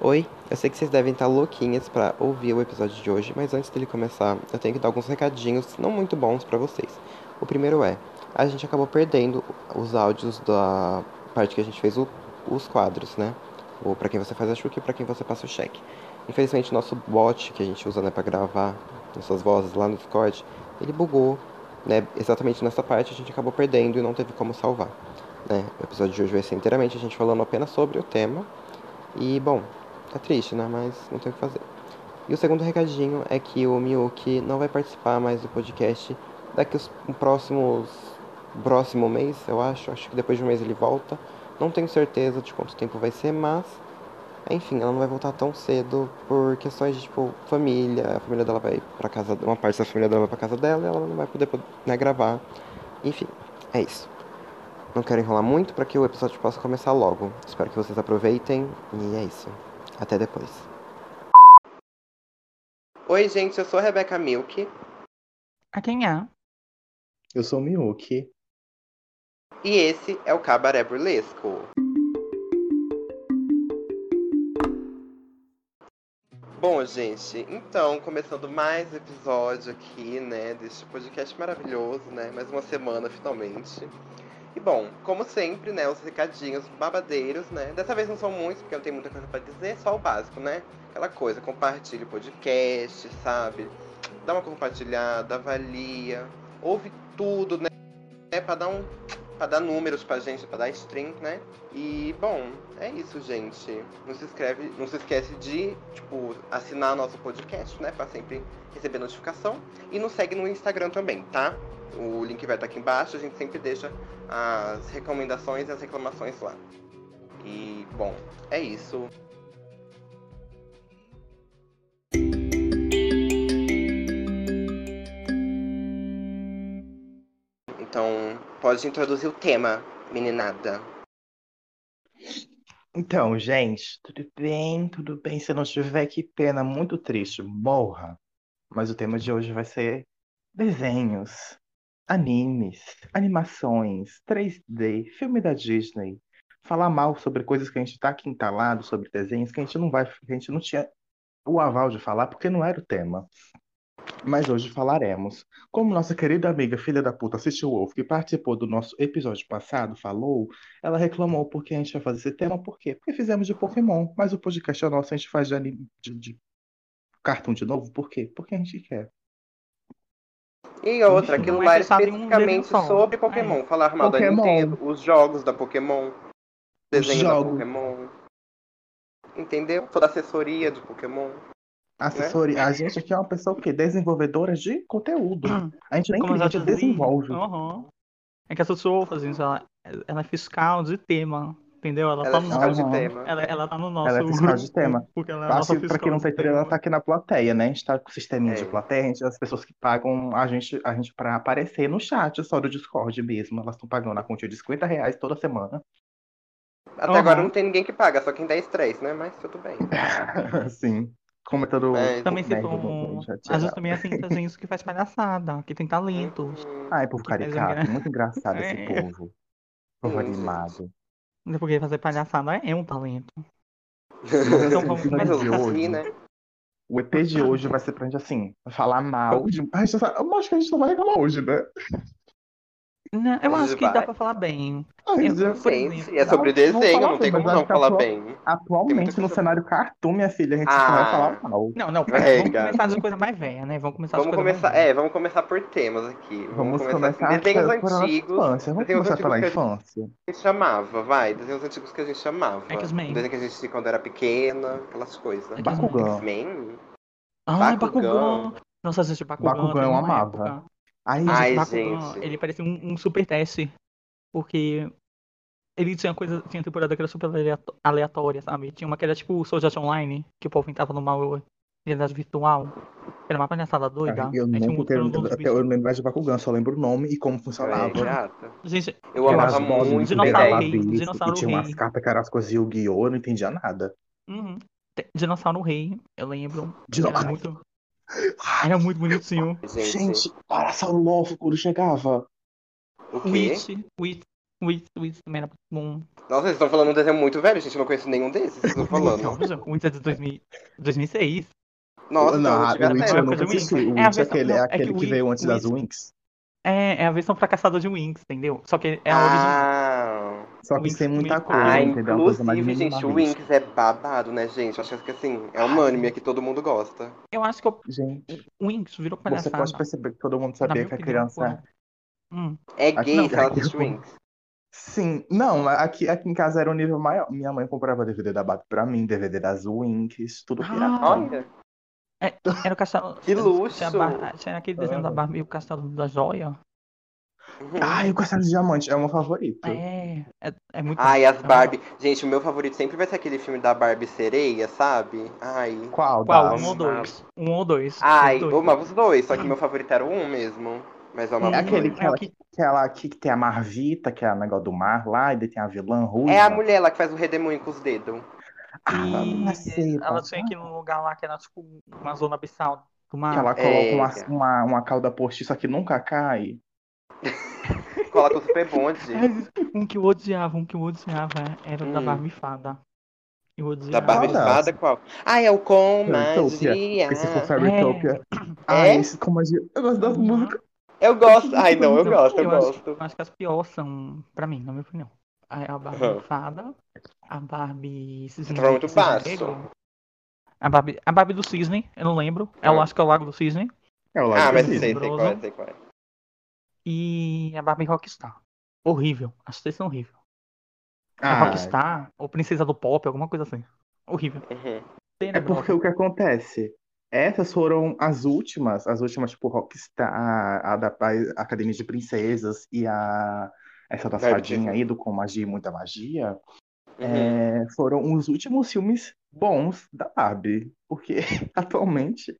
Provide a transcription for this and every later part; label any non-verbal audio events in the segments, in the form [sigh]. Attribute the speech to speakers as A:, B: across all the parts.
A: Oi, eu sei que vocês devem estar louquinhas para ouvir o episódio de hoje, mas antes dele começar, eu tenho que dar alguns recadinhos não muito bons para vocês. O primeiro é, a gente acabou perdendo os áudios da parte que a gente fez o- os quadros, né? Ou para quem você faz a chuca e para quem você passa o cheque. Infelizmente, nosso bot que a gente usa né, para gravar nossas vozes lá no Discord, ele bugou, né? Exatamente nessa parte a gente acabou perdendo e não teve como salvar. né? O episódio de hoje vai ser inteiramente a gente falando apenas sobre o tema. E, bom, tá triste, né? Mas não tem o que fazer. E o segundo recadinho é que o Miyuki não vai participar mais do podcast daqui os próximos. próximo mês, eu acho. Acho que depois de um mês ele volta. Não tenho certeza de quanto tempo vai ser, mas. Enfim, ela não vai voltar tão cedo por questões de, tipo, família. A família dela vai pra casa. Uma parte da família dela vai pra casa dela e ela não vai poder né, gravar. Enfim, é isso. Não quero enrolar muito para que o episódio possa começar logo. Espero que vocês aproveitem e é isso. Até depois. Oi, gente, eu sou a Rebeca Milk
B: A quem é?
C: Eu sou o Miyuki.
A: e esse é o Cabaré Burlesco. Bom, gente, então, começando mais um episódio aqui, né, deste podcast maravilhoso, né, mais uma semana finalmente. E bom, como sempre, né, os recadinhos babadeiros, né, dessa vez não são muitos, porque não tem muita coisa pra dizer, só o básico, né, aquela coisa, compartilhe o podcast, sabe, dá uma compartilhada, avalia, ouve tudo, né, né pra dar um Pra dar números pra gente, pra dar string, né? E, bom, é isso, gente. Não se, inscreve, não se esquece de, tipo, assinar nosso podcast, né? Pra sempre receber notificação. E nos segue no Instagram também, tá? O link vai estar aqui embaixo. A gente sempre deixa as recomendações e as reclamações lá. E, bom, é isso. Então, pode introduzir o tema, meninada.
C: Então, gente, tudo bem, tudo bem. Se não tiver, que pena, muito triste, morra. Mas o tema de hoje vai ser desenhos, animes, animações, 3D, filme da Disney. Falar mal sobre coisas que a gente tá quintalado, sobre desenhos que a gente não vai, que a gente não tinha o aval de falar porque não era o tema. Mas hoje falaremos. Como nossa querida amiga, filha da puta, City Wolf, que participou do nosso episódio passado, falou, Ela reclamou porque a gente vai fazer esse tema, por quê? Porque fizemos de Pokémon, mas o podcast é nosso, a gente faz de, anime, de, de cartoon de novo, por quê? Porque a gente quer.
A: E a outra,
C: Enfim.
A: aquilo
B: Mas
A: lá
B: você
A: era
B: sabe um desenho
A: especificamente
B: só. É.
A: sobre Pokémon. Falar mal da
C: Pokémon.
A: Nintendo, os jogos da Pokémon, desenho da
C: jogos.
A: Pokémon. Entendeu? Toda a assessoria de Pokémon.
C: Assessoria, a gente aqui é uma pessoa o quê? Desenvolvedora de conteúdo.
B: Hum,
C: A gente nem
B: Como eu
C: cria,
B: já
C: a gente
B: dizia.
C: desenvolve.
B: Aham. É que a Sussurro, gente, ela, ela é fiscal de tema, entendeu? Ela,
A: Ela
B: tá
A: é
B: no
A: fiscal de
C: Aham.
A: tema.
B: ela, ela tá no nosso.
C: Ela é fiscal de tema.
B: Porque ela é a
C: Acho
B: nossa é
C: que pra
B: fiscal
C: quem não
B: de
C: tá entendendo, ela
B: tema.
C: tá aqui na plateia, né? A gente tá com o sisteminha de
A: É.
C: plateia, a gente- as pessoas que pagam a gente, a gente pra aparecer no chat, só do Discord mesmo. Elas estão pagando a quantia de 50 reais toda semana. [laughs]
A: Até
B: Aham.
A: agora não tem ninguém que paga, só quem dá estresse, né? Mas tudo bem.
C: Sim. Comentando.
A: Mas-
B: Também se
C: Merda,
B: for.
C: gente, já tinha
B: Às vezes
C: dado.
B: também assim, tem gente que faz palhaçada, que tem talentos.
A: Hum,
C: Ai, Ah, é povo caricato, muito engraçado [laughs] esse
B: É.
C: povo. Povo
A: Hum,
C: animado.
B: Porque fazer palhaçada é um talento.
C: Então,
B: vamos-
A: Mas eu
C: de
A: nunca
C: hoje,
A: vi, né?
C: O EP de hoje vai ser pra gente, assim, falar mal de... A gente, sabe- eu acho que a gente não vai reclamar hoje, né?
B: Não, eu acho que dá
A: Vai.
B: pra falar bem.
C: A gente já-
B: Por
A: Sim,
B: exemplo,
A: sim, é sobre
C: não- não
A: desenho,
C: fala
A: não tem
C: bem,
A: como não
C: mas acho que
A: falar
C: a
A: bem. [laughs]
C: Atualmente,
A: muita
C: no
A: coisa-
C: cenário cartoon, minha filha, a gente
A: Ah.
C: só vai falar mal.
B: Não, não, pera,
A: Vai,
B: vamos
A: é, cara.
B: começar de coisa mais velha, né? Vamos começar de
A: Vamos
B: coisa mais
A: começar,
B: velha.
A: é, vamos começar por temas aqui.
C: Vamos
A: começar,
C: começar
A: assim, desenhos
C: pela- pela
A: antigos
C: infância. Vamos
A: Desenhos
C: começar pela
A: antigos que
C: infância.
A: que a gente chamava, vai, desenhos antigos que a gente chamava.
B: X-Men.
A: Desenho que a gente tinha quando era pequena, aquelas coisas.
B: X-Men.
C: Bakugan.
A: X-Men? Bakugan.
B: Ah, Bakugan. Nossa, gente, Bakugan.
C: Bakugan
B: teve
C: eu
B: uma
C: amava.
B: época-
C: Ai,
A: Ai,
B: Gente, Bakugan,
A: gente.
B: ele parecia um, um super teste. Porque ele tinha coisa. Tinha temporada que era super aleato- aleatória, sabe? Tinha uma que era tipo o Soul Art Online, que o povo entrava numa realidade virtual. Era uma palhaçada doida.
C: eu
B: Aí tinha um
C: nunca
B: outro
C: quero...
B: dono de
C: Até eu não lembro mais de Bakugan, só lembro o nome e como funcionava.
A: Ai, gata.
B: bicho. Gente,
A: É, Eu
B: Eu
A: amava
B: acho
C: Aquelas bolas
A: muito
C: de
B: Dinossauro
C: pedala
B: Rei,
C: besta,
B: Dinossauro
C: E tinha umas
B: Rei.
C: cartas que eram as coisas de Yu-Gi-Oh! Eu não entendia nada.
B: uhum. Te- Dinossauro Rei, eu lembro.
C: Dino...
B: Era muito, era muito bonitinho.
A: Gente,
C: Gente, para Saulo quando chegava.
A: o quê?
B: Witch, Witch, Wiz, Wiz também era bom.
A: Nossa, vocês estão falando um desenho muito velho, gente. Eu não conheço nenhum desses. Vocês estão falando.
B: O Wiz é de 2000 2006.
A: Nossa,
C: não,
A: não,
C: a- o
A: tiveram
C: Winx
A: até.
B: Witch
A: assim.
B: época
C: eu nunca
B: do Winx.
C: assisti. O
B: É a
C: Winx é
B: versão-
C: aquele, é
B: não, é
C: aquele
B: que o
C: que veio
B: Winx-
C: antes das Winx.
B: É, é a versão fracassada de Wings, entendeu? Só que é a origem.
A: Ah,
C: Só que
B: Winx-
C: sem muita
B: Winx-
C: coisa,
A: ah,
C: entendeu? Uma coisa mais
A: inclusive, gente, o
C: minimalista. Ah,
A: Winx é babado, né, gente? Acho que assim, é unânime, é que todo mundo gosta.
B: Eu acho que o
C: Gente,
B: Wings virou
C: você
B: palhaçada.
C: pode perceber que todo mundo
B: na
C: sabia
B: minha
C: que a
B: opinião,
C: criança é.
B: foi- Hum,
A: É
C: Aqui
A: gay
C: não,
A: se ela
C: cara,
A: assiste
C: eu-
A: Winx.
C: Sim, não, aqui, aqui em casa era um nível maior. Minha mãe comprava DVD da Barbie pra mim, DVD das Winx, tudo
B: Ah,
C: piratão.
A: Olha,
B: era o
C: [laughs]
B: castelo.
A: Que luxo!
B: Tinha, a bar- tinha aquele desenho da Barbie e o castelo da joia.
C: Ai, o Castelo de Diamante é o meu favorito.
B: É, é, é muito.
A: Ai, as
B: é uma-
A: Barbie. Gente, o meu favorito sempre vai ser aquele filme da Barbie sereia, sabe? Ai.
C: Qual
B: Qual?
C: das?
B: Um ou dois? Um ou dois?
A: Ai,
B: Os dois.
A: amava os dois, só que meu favorito era o um mesmo. Mas eu amava
C: É
A: os dois.
C: aquele
B: É
C: que ela,
B: o que-
C: que ela aqui que tem a Marvita, que é o negócio do mar lá, e daí tem a vilã ruiva.
A: É a mulher lá que faz o redemoinho com os dedos.
C: Ah,
B: E
C: na seiva.
B: Ela tinha aqui num lugar lá que era tipo uma zona abissal do
C: Que
B: mar.
C: ela
A: é,
C: coloca
A: cara.
C: uma, uma, uma cauda postiça que nunca cai.
A: Coloca o super bonde.
B: Mas um que eu odiava, um que eu odiava era o da
A: Hum.
B: Barbie Fada. Eu odiava.
A: Da Barbie
C: Qual
A: fada, qual? Ah, é o com
C: Utopia.
A: magia.
C: Esse for Fairytopia. Ah,
A: É?
C: esse como a gente... Eu gosto das
B: Uhum.
C: músicas.
A: Eu gosto. Ai, não, eu
B: Então,
A: gosto, eu
B: eu acho-
A: gosto.
B: Eu acho que as piores são, pra mim, na minha opinião. A, a Barbie
A: Aham.
B: Fada, a Barbie Cisne.
A: Entrou muito
B: Cisne
A: baixo.
B: Negro, A Barbie, a Barbie do Cisne, eu não lembro.
A: Hum.
B: Eu acho que é o Lago do Cisne.
C: É o
A: Ah,
C: Lago
A: mas
C: do
A: sei,
C: Cisne.
A: sei qual é, sei qual é.
B: E a Barbie Rockstar. Horrível. As três são horríveis.
C: Ah,
B: A Rockstar, ou Princesa do Pop, alguma coisa assim. Horrível.
A: Uhum.
C: É porque o que acontece? Essas foram as últimas, as últimas, tipo, Rockstar, a da a Academia de Princesas e a essa da
A: Barbie
C: fadinha
A: Disney.
C: aí do Com Magia e Muita Magia,
A: uhum.
C: é, foram os últimos filmes bons da Barbie. Porque [laughs] atualmente.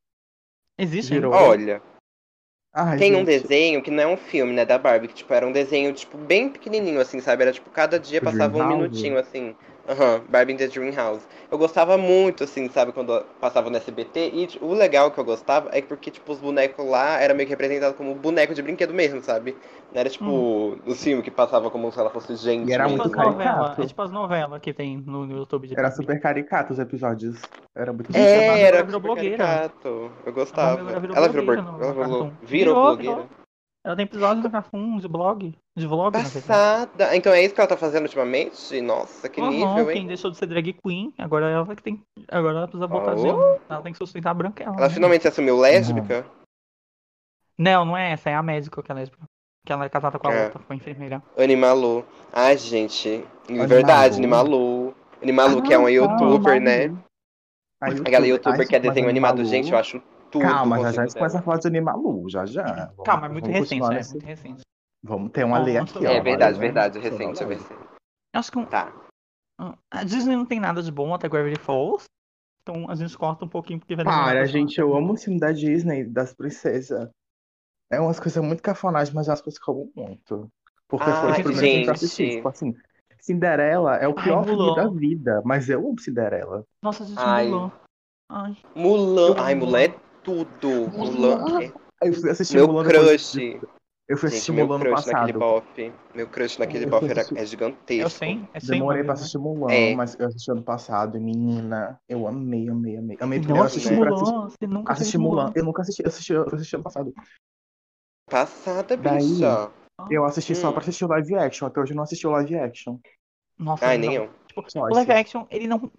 B: Existe
C: Girou.
A: Olha,
C: Ai,
A: tem um
C: gente,
A: desenho que não é um filme, né, da Barbie, que tipo, era um desenho, tipo, bem pequenininho, assim, sabe? Era tipo, cada dia
C: Dream
A: passava um
C: House?
A: minutinho, assim. Aham, Barbie in the Dream House. Eu gostava muito, assim, sabe, quando passava no SBT. E tipo, o legal que eu gostava é porque, tipo, os bonecos lá eram meio que representados como boneco de brinquedo mesmo, sabe? Não era tipo os filmes que passavam como se ela fosse gente.
C: Hum. E era
A: mesmo.
B: tipo
C: muito
B: as
C: caro.
B: novelas.
C: caricato.
B: É tipo as novelas que tem no no YouTube de
C: Era
B: Barbie.
C: super caricato os episódios. Era muito
B: Gente, a
A: É,
B: Barbie
A: era
B: agora virou
A: super
B: blogueira.
A: caricato. Eu gostava.
B: agora virou
A: Ela virou
B: blogueira
A: blogueira.
B: no-
A: Ela
B: no
A: virou,
B: Cartoon.
A: virou
B: Virou,
A: blogueira.
B: Ela tem episódios do Cartoon, de blog, de vlog,
A: Tá
B: na verdade.
A: Passada. Então é isso que ela tá fazendo ultimamente? Nossa, que
B: Aham,
A: nível,
B: quem
A: hein?
B: deixou de ser drag queen, agora ela que tem. Agora ela precisa botar
A: Oh.
B: gelo. Ela tem que sustentar a branca.
A: Ela
B: né?
A: finalmente se assumiu lésbica?
B: Não, não é essa, é a médica que ela é lésbica. Que ela é casada com a
A: É.
B: outra, com a enfermeira.
A: Animalu. Ai, gente. Em
C: Animalu.
A: verdade, Animalu. Animalu, que é
B: tá.
A: uma
C: Ah,
A: youtuber, né?
C: A
A: Aquela youtuber que é desenho animado, gente, eu
C: acho.
A: acho tudo.
C: Calma,
A: o
C: já é já a
A: conceito
C: gente começa a falar de Animalu, já já.
B: Calma, é muito
C: Ah, Vamos
B: recente,
C: continuar
B: né? É
C: nesse-
B: muito recente.
C: Vamos ter uma
B: Ah,
C: lei
B: vamos
C: aqui, ó.
B: falar.
A: dela. É verdade,
C: valeu, né?
A: verdade, recente,
C: Valeu.
A: recente.
B: Eu acho que um-
A: Tá.
B: a Disney não tem nada de bom até Gravity Falls. Então a gente corta um pouquinho porque vai demorar
C: Para,
B: pra
C: gente, eu amo o filme da Disney, das princesas. É umas coisas muito cafonagens, mas é umas coisas que eu amo muito. Porque
A: Ai,
C: foram os primeiros filmes que eu assisti.
A: Ah, gente.
C: Tipo assim, Cinderela é o
B: Ai,
C: pior filme
B: Mulan.
C: da vida, mas eu amo Cinderela.
B: falar. Nossa, gente,
A: Ai.
B: Mulan. Ai,
A: Mulan.
B: Eu
A: Ai,
B: amo
A: Mulan é tudo.
C: Mulan.
A: Mulan. é
C: Aí eu fui assistir
A: Meu
C: Mulan depois
A: crush.
C: de- Eu fui assistir
A: Gente, meu
C: Mulan
A: crush
C: no
A: naquele
C: passado.
A: bop. Meu crush naquele
C: Eu
A: bop era,
C: assisti-
A: é gigantesco.
B: eu sei, é sem
C: Demorei
B: nome,
C: pra
B: né?
C: assistir Mulan,
A: É.
C: mas eu assisti ano passado, e menina, eu amei, amei, amei. Amei primeiro, eu
B: Nossa,
C: assisti
A: né?
C: pra
B: Mulan,
C: assistir.
B: você nunca
C: Assisti
B: fez
C: Mulan. Eu nunca assisti, eu assisti, eu assisti ano passado.
A: Passada,
C: Daí-
A: bicha.
C: Eu assisti só
A: Hum.
C: pra assistir o live action, até hoje eu não assisti o live action.
B: Nossa,
A: Ai,
B: não.
A: nem eu.
C: Só
B: O Tipo, live
C: esse.
B: action, ele não.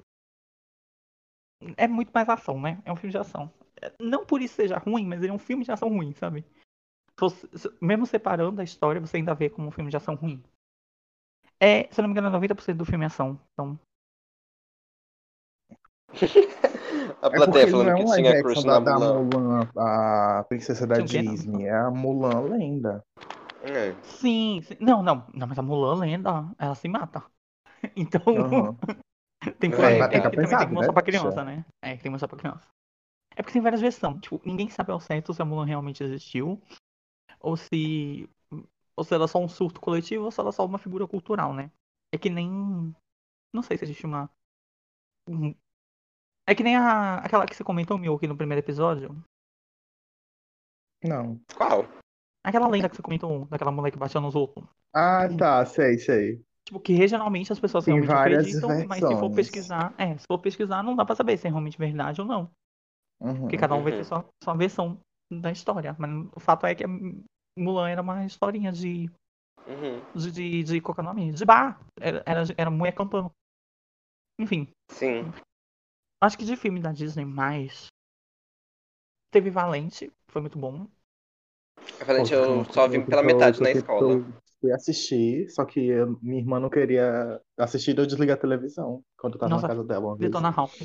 B: É muito mais ação, né? É um filme de ação. É, Não por isso seja ruim, mas ele é um filme de ação ruim, sabe? Se você- se- Mesmo separando a história, você ainda vê como um filme de ação ruim. É, se eu não me engano, 90% do filme é ação. Então,
A: A
C: É porque
A: plateia
C: ele não
A: falando
C: é
A: que
C: um live
A: tinha
C: action
A: crush na
C: da, da
A: Mulan.
C: Mulan, a princesa da
B: Tinha um o quê?
C: Disney, é a Mulan lenda.
B: [laughs]
A: É.
B: sim, sim. Não, não. Não, mas a Mulan é lenda, ela se mata. [laughs] Então,
C: Aham.
B: tem que,
A: É,
B: é,
A: vai
B: que
A: ficar
B: também tem
C: pesado,
B: que mostrar
C: né,
B: pra
C: bicha?
B: criança, né? É, tem que mostrar pra criança. É porque tem várias versões. Tipo, ninguém sabe ao certo se a Mulan realmente existiu. Ou se. Ou se ela é só um surto coletivo, ou se ela é só uma figura cultural, né? É que nem. Não sei se existe uma. um- É que nem a... aquela que você comentou, Miyuki, no primeiro episódio.
C: Não.
A: Qual?
B: Aquela lenda que você comentou, daquela mulher que batia nos outros.
C: Ah, tá, sei, sei.
B: Tipo, que regionalmente as pessoas
C: Tem
B: realmente
C: várias
B: acreditam, mas se for
C: versões.
B: pesquisar, é, se for pesquisar, não dá pra saber se é realmente verdade ou não.
C: Uhum.
B: Porque cada um vai
A: Uhum.
B: ter sua, sua versão da história. Mas o fato é que a Mulan era uma historinha de.
A: Uhum.
B: de. de, de qual que é o nome? De bar. Era, era, era mulher cantando. Enfim,
A: Sim.
B: acho que de filme da Disney mais. Teve Valente, foi muito bom.
A: Eu falei,
C: Pô,
A: eu
C: não,
A: só vim
C: eu-
A: pela
C: eu-
A: metade
C: eu-
A: na
C: eu-
A: escola.
C: eu Fui assistir, só que eu- minha irmã não queria assistir, daí eu desliguei a televisão quando eu tava
B: Nossa,
C: na casa dela uma vez.
B: Detona Ralph.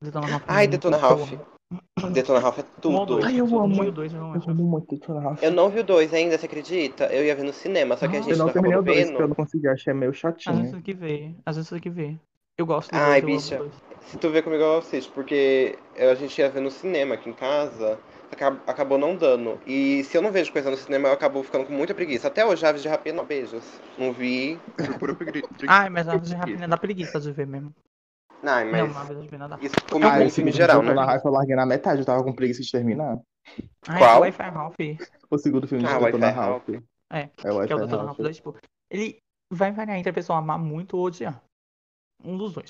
B: Detona Ralph.
A: Ai, Detona Ralph.
B: Eu amo.
A: Detona Ralph é
B: Um ou
A: tudo.
B: dois,
C: Ai, eu
B: só
C: amo.
B: um e o dois, eu não
C: Eu
B: acho.
C: amo muito Detona Ralph.
A: Eu não vi o dois ainda, você acredita? Eu ia ver no cinema, só que a
B: Ah.
A: gente tá
C: Eu não
A: não
C: terminei
A: acabou
C: o dois,
A: vendo.
C: porque eu não consegui, achei meio
B: A gente
C: chatinho.
B: tem que ver. A gente tem que ver. Eu gosto do
A: Ai,
B: dois, eu amo o dois.
A: Se tu vê comigo, eu assisto, porque eu- a gente ia ver no cinema aqui em casa, acab- acabou não dando. E se eu não vejo coisa no cinema, eu acabo ficando com muita preguiça. Até hoje, Aves de Rapina, beijos. Não vi, por pura pregui- preguiça.
B: Ai, mas a Aves de Rapina dá preguiça de ver mesmo.
A: Ai,
B: Não,
A: mas
B: a Aves de Rapina dá.
A: isso comigo
B: Ah,
A: em filme geral, né?
C: Detona Ralph eu larguei na metade, eu tava com preguiça de terminar.
B: Ai,
A: Qual?
B: o Wi-Fi Ralph.
C: O segundo filme de
A: Ah,
C: Detona
A: Wi-Fi
C: Ralph.
B: É,
C: É o
B: que é o
C: Wi-Fi
B: Dr.
C: Ralph.
B: Ralph, dois, tipo, ele vai variar entre a pessoa amar muito ou odiar. Um dos dois.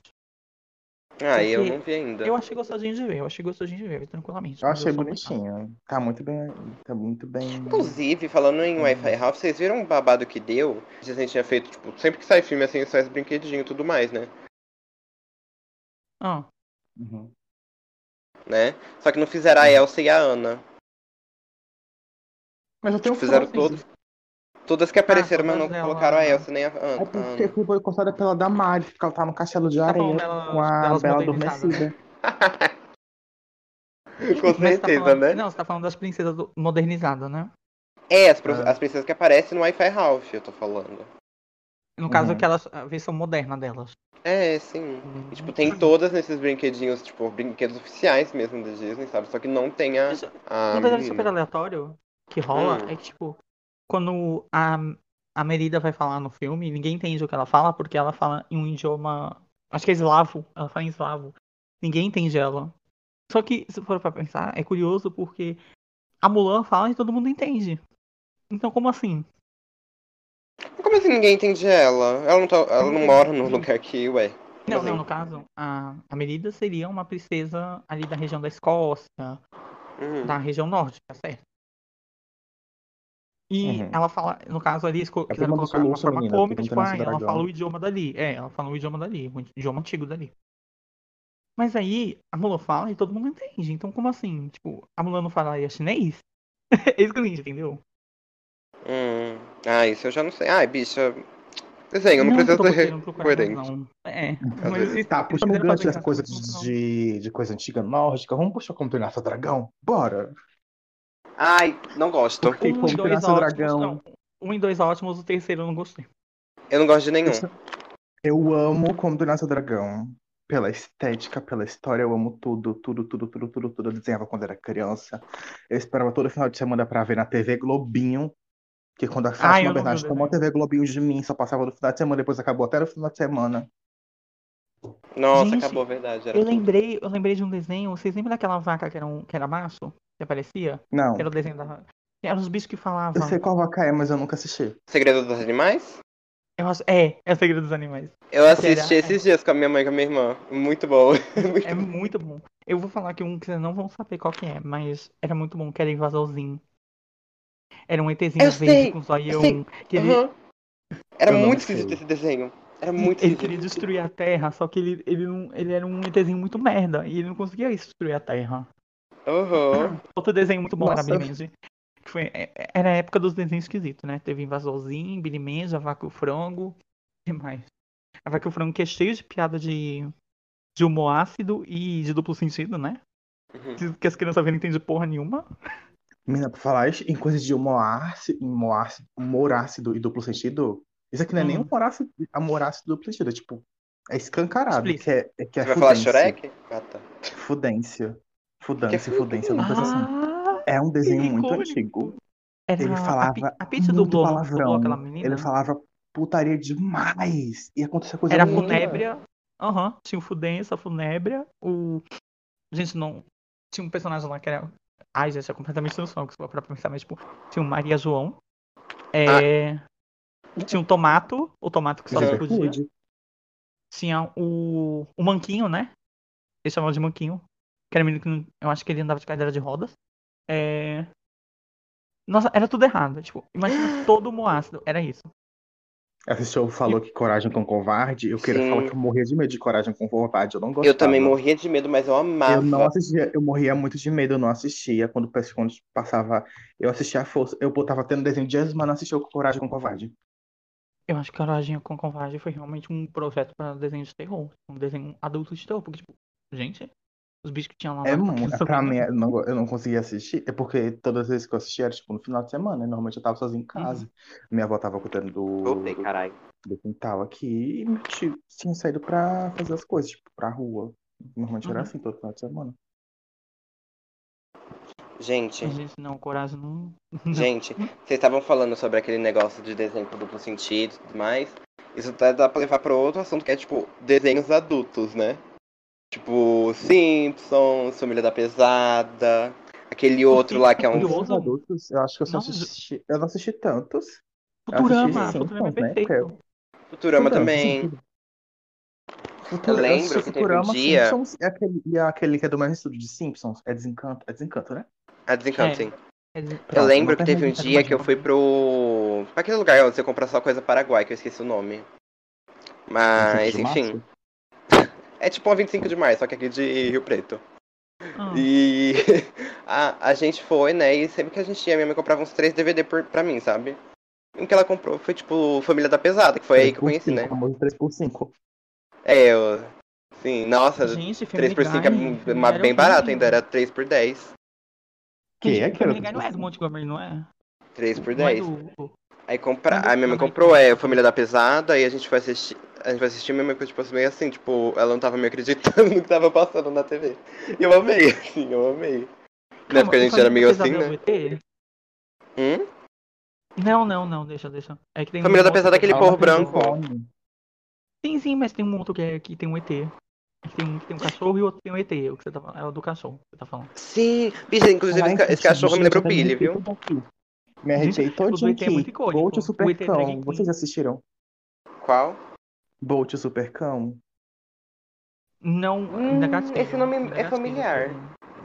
A: Ah, eu
B: Porque
A: não vi ainda.
B: Eu achei gostosinho de ver, eu achei gostosinho de ver, tranquilamente.
C: Eu
B: mas
C: achei
B: sou muito
C: bonitinho. Tá muito bem. Tá muito bem.
A: Inclusive, falando em Wi-Fi Ralph, vocês viram o babado que deu? A gente tinha feito, tipo, sempre que sai filme assim, sai esse brinquedinho e tudo mais, né?
B: chato. Ah,
C: Uhum.
A: né? Só que não fizeram a Elsa e a Ana.
C: Mas eu tenho
A: Fizeram
C: foto.
A: todos. Todas que apareceram, mas não
B: todas elas,
A: colocaram a
B: né?
A: Elsa nem a Ana.
C: É porque foi boicotada pela Damari, porque ela tá no castelo de
B: Tá
C: areia
B: bom, ela-
C: com a
B: elas
C: Bela
B: modernizadas,
C: Adormecida.
A: Com
B: mas você tá
A: certeza,
B: falando-
A: né?
B: Não, você tá falando das princesas do- modernizadas, né?
A: É, as, pro-
C: Ah.
A: as princesas que aparecem no Wi-Fi Ralph, eu tô falando.
B: No caso,
C: Uhum.
B: aquelas, a versão moderna delas.
A: É, sim. E, tipo,
B: Uhum.
A: tem todas nesses brinquedinhos, tipo, brinquedos oficiais mesmo da Disney, sabe? Só que não tem a.
B: Mas,
A: a
B: Um detalhe
A: menina.
B: super aleatório que rola
A: Hum.
B: é que, tipo, quando a, a Merida vai falar no filme, ninguém entende o que ela fala, porque ela fala em um idioma. Acho que é eslavo. Ela fala em eslavo. Ninguém entende ela. Só que, se for pra pensar, é curioso porque a Mulan fala e todo mundo entende. Então, como assim?
A: Como assim ninguém entende ela? Ela não, tá- ela não mora no lugar que, ué.
B: Não,
A: Como
B: não,
A: assim?
B: no caso, a, a Merida seria uma princesa ali da região da Escócia,
A: Uhum.
B: da região nórdica, certo? E
C: Uhum.
B: ela fala, no caso ali, eles co-
C: É
B: quiseram
C: prima do
B: colocar uma
C: Soluço,
B: forma
C: menina,
B: cômica,
C: que não
B: tipo,
C: tem
B: ah,
C: nosso
B: ela
C: dragão.
B: fala o idioma dali. É, ela fala o idioma dali, o idioma antigo dali. Mas aí, a Mulan fala e todo mundo entende. Então, como assim? Tipo, a Mulan não falaria chinês? [laughs] é isso que eu não entendi, entendeu?
A: Hum. Ah, isso eu já não sei. Ai, bicha. Desenho, eu não,
B: que eu
A: preciso
B: tô
A: ser
B: querendo procurar
A: coerente.
B: razão. É,
A: Às
B: mas
A: vezes.
B: isso-
C: Tá,
B: eles
C: puxando o
B: quiseram
C: gancho
B: fazer
C: dessa coisa
B: confusão.
C: de, de coisa antiga nórdica, vamos puxar como treinar seu dragão? Bora!
A: Ai, não gosto.
C: Porque
B: Um
C: como
B: e dois
C: treinar seu
B: ótimos,
C: dragão.
B: não. Um e dois ótimos, o terceiro eu não gostei.
A: Eu não gosto de nenhum.
C: Eu amo como treinar seu dragão. Pela estética, pela história, eu amo tudo, tudo, tudo, tudo, tudo, tudo. Eu desenhava quando era criança. Eu esperava todo final de semana pra ver na TV Globinho. Que quando a
B: eu
C: Fátima
B: não vi o
C: Bernardes tomou a TV Globinho de mim, só passava no final de semana, depois acabou até no final de semana.
A: Nossa,
B: Gente,
A: acabou a verdade. Era
B: Eu
A: tudo.
B: lembrei, eu lembrei de um desenho, vocês lembram daquela vaca que era, um, que era macho? Que aparecia?
C: Não,
B: Que era o desenho da... que Eram os bichos que
C: eu
B: falavam.
C: sei qual vaca é, mas eu nunca assisti.
A: Segredo dos Animais?
B: Eu acho- É, é o Segredo dos Animais.
A: Eu assisti
B: Será?
A: esses dias com a minha mãe e com a minha irmã. Muito bom. [laughs] Muito
B: É muito bom. Eu vou falar que um que vocês não vão saber qual que é, mas era muito bom, que era invasorzinho. Era um ETzinho
A: Eu
B: verde
A: sei,
B: com zoião.
A: sei.
B: Que ele,
A: Aham. Uhum. Era
C: Eu não
A: muito
C: sei.
A: esquisito esse desenho. Era muito
B: ele
A: esquisito.
B: queria destruir a Terra, só que ele, ele, não, ele era um ETzinho muito merda. E ele não conseguia destruir a Terra.
A: Aham.
B: Outro desenho muito bom era
C: Nossa.
B: Billy Mandy. Que foi, é- é- era a época dos desenhos esquisitos, né? Teve Invasorzinho, Billy Mandy, A Vaca e o Frango. O que mais? A Vaca e o Frango que é cheio de piada de, de humor ácido e de duplo sentido, né?
A: Uhum.
B: Que- Que as crianças não entendem porra nenhuma.
C: Menina, pra falar isso, em coisas de humor ácido, humor ácido, humor ácido e duplo sentido, isso aqui não é nem
B: Hum.
C: humor ácido, amor ácido e duplo sentido, é tipo, é escancarado,
B: Explica.
C: que é, é que é
A: Você vai falar é
C: fudência,
A: Shurek? Ah, tá.
C: fudência, fudência,
A: Que-
C: fudência, uma coisa assim.
B: Ah,
C: É um desenho muito
B: icônico.
C: antigo,
B: Era
C: ele
B: a-
C: falava
B: a, Pi- a Pete
C: muito
B: dublou,
C: palavrão,
B: dublou aquela menina.
C: ele falava putaria demais, e acontecia coisa
B: Era a
C: muito-
B: Funébria. Aham, tinha o Fudença, a Funébria. O. Gente, não. Tinha um personagem lá que era Ai, gente, é completamente sem noção. Se for pra pensar, mas, tipo, tinha um Maria João. É... Tinha um tomato, o tomato que só
A: Mas é
B: podia. Tinha o, o manquinho, né? Eles chamavam de manquinho. Que era um menino que não- eu acho que ele andava de cadeira de rodas. É... Nossa, era tudo errado. Tipo, imagina todo o Moácido. Era isso.
C: Esse show falou que coragem com covarde. Eu queria
A: Sim.
C: falar que eu morria de medo de coragem com covarde. Eu não gostava.
A: Eu também morria de medo, mas eu amava.
C: Eu não assistia, eu morria muito de medo, eu não assistia quando, quando passava. Eu assistia a força, eu botava tendo desenho de Jesus, mas não assistia o Coragem com Covarde.
B: Eu acho que Coragem com Covarde foi realmente um projeto pra desenho de terror. Um desenho adulto de terror. Porque, tipo, gente, os bichos que tinha lá. lá-
C: É muito. Pra mim, eu não, eu não conseguia assistir. É porque todas as vezes que eu assistia era tipo no final de semana. E normalmente eu tava sozinho em casa. Minha avó tava cuidando do,
A: Voltei, caralho.
C: do quintal aqui e meu tio tinha saído pra fazer as coisas, tipo, pra rua. Normalmente era
B: Uhum.
C: assim todo final de semana.
A: Gente,
B: Gente, não, Coragem não.
A: gente, vocês estavam falando sobre aquele negócio de desenho com duplo sentido e tudo mais. Isso tá, dá pra levar pra outro assunto que é, tipo, desenhos adultos, né? Tipo, Simpsons, Família da Pesada, aquele outro lá que é um.
B: Simpsons.
C: Os
B: Outro?
C: adultos, eu acho que eu só
B: Não,
C: assisti. Eu não assisti tantos. Eu
B: Futurama!
C: assisti
B: Futurama é
C: Simpsons, né?
B: perfeito.
A: Futurama
C: Futurama,
A: também.
C: sim, Futura-
A: lembro
C: assisti
A: que teve um
C: Futurama,
A: dia-
C: Simpsons, é aquele, e é aquele que é do mesmo estúdio de Simpsons. É Desencanto, é Desencanto, né?
A: A Ah, Desencanto,
B: É.
A: sim.
B: Quer dizer,
A: Eu
C: Pronto,
A: lembro
C: não
A: que
C: tem
A: teve um
C: mais
A: dia que eu
B: nada.
A: fui pro. Pra aquele lugar onde você compra só coisa paraguai, que eu esqueci o nome. Mas,
C: É Desencanto de
A: Ah, enfim.
C: março.
A: É tipo uma 25 de maio, só que aqui de Rio Preto.
B: ah,
A: E [laughs] a, a gente foi, né? E sempre que a gente ia, minha mãe comprava uns três DVD por, pra mim, sabe? E o que ela comprou foi, tipo, Família da Pesada, que foi aí que eu
C: 3x5,
A: conheci, né?
C: É famoso 3x5.
A: É, eu. Sim, nossa,
B: gente, Family
A: 3x5 é
B: Guy,
A: m-
B: Family
A: uma-
B: Guy
A: bem
B: horrível.
A: barato, ainda era assim. 3 por 10.
C: Que é que era
B: Family Guy não é do
C: 3x5?
B: Montgomery, não é?
A: 3 por
B: Não é
A: 10.
B: do...
A: Aí compra...
B: Mas eu-
A: a minha mãe
B: mas eu-
A: comprou é Família da Pesada e a gente foi assistir. A gente foi assistir minha mãe ficou tipo assim, meio assim, tipo, ela não tava me acreditando [laughs] no que tava passando na TV. E eu amei, assim, eu amei. Na época é a gente era meio
B: é
A: assim, né? Hum?
B: Não, não, não, deixa, deixa. É que tem
A: Família da
B: outro
A: Pesada é aquele
B: que- um
A: porro
C: Fala,
A: branco.
C: telefone.
B: Sim, sim, mas tem um outro que, é, que tem um ET. É que Tem um que tem um cachorro e outro que tem um ET. É o que você tá falando. É o do cachorro que você tá falando.
A: Sim, bicho, inclusive
C: Ai,
A: esse, ca- esse
C: gente,
A: cachorro me lembra o
C: eu me
A: Billy,
C: arrepiei
A: viu?
C: todo aqui. Me arrepiei
B: o
C: todinho
B: ET é muito
C: aqui.
B: icônico.
C: Bolt e o
B: O ET é drag
C: Supercão,
B: queen.
C: vocês assistiram?
A: Qual?
C: Bolt e o Supercão?
B: Não,
A: Hum,
B: ainda gasteiro.
A: esse nome é familiar.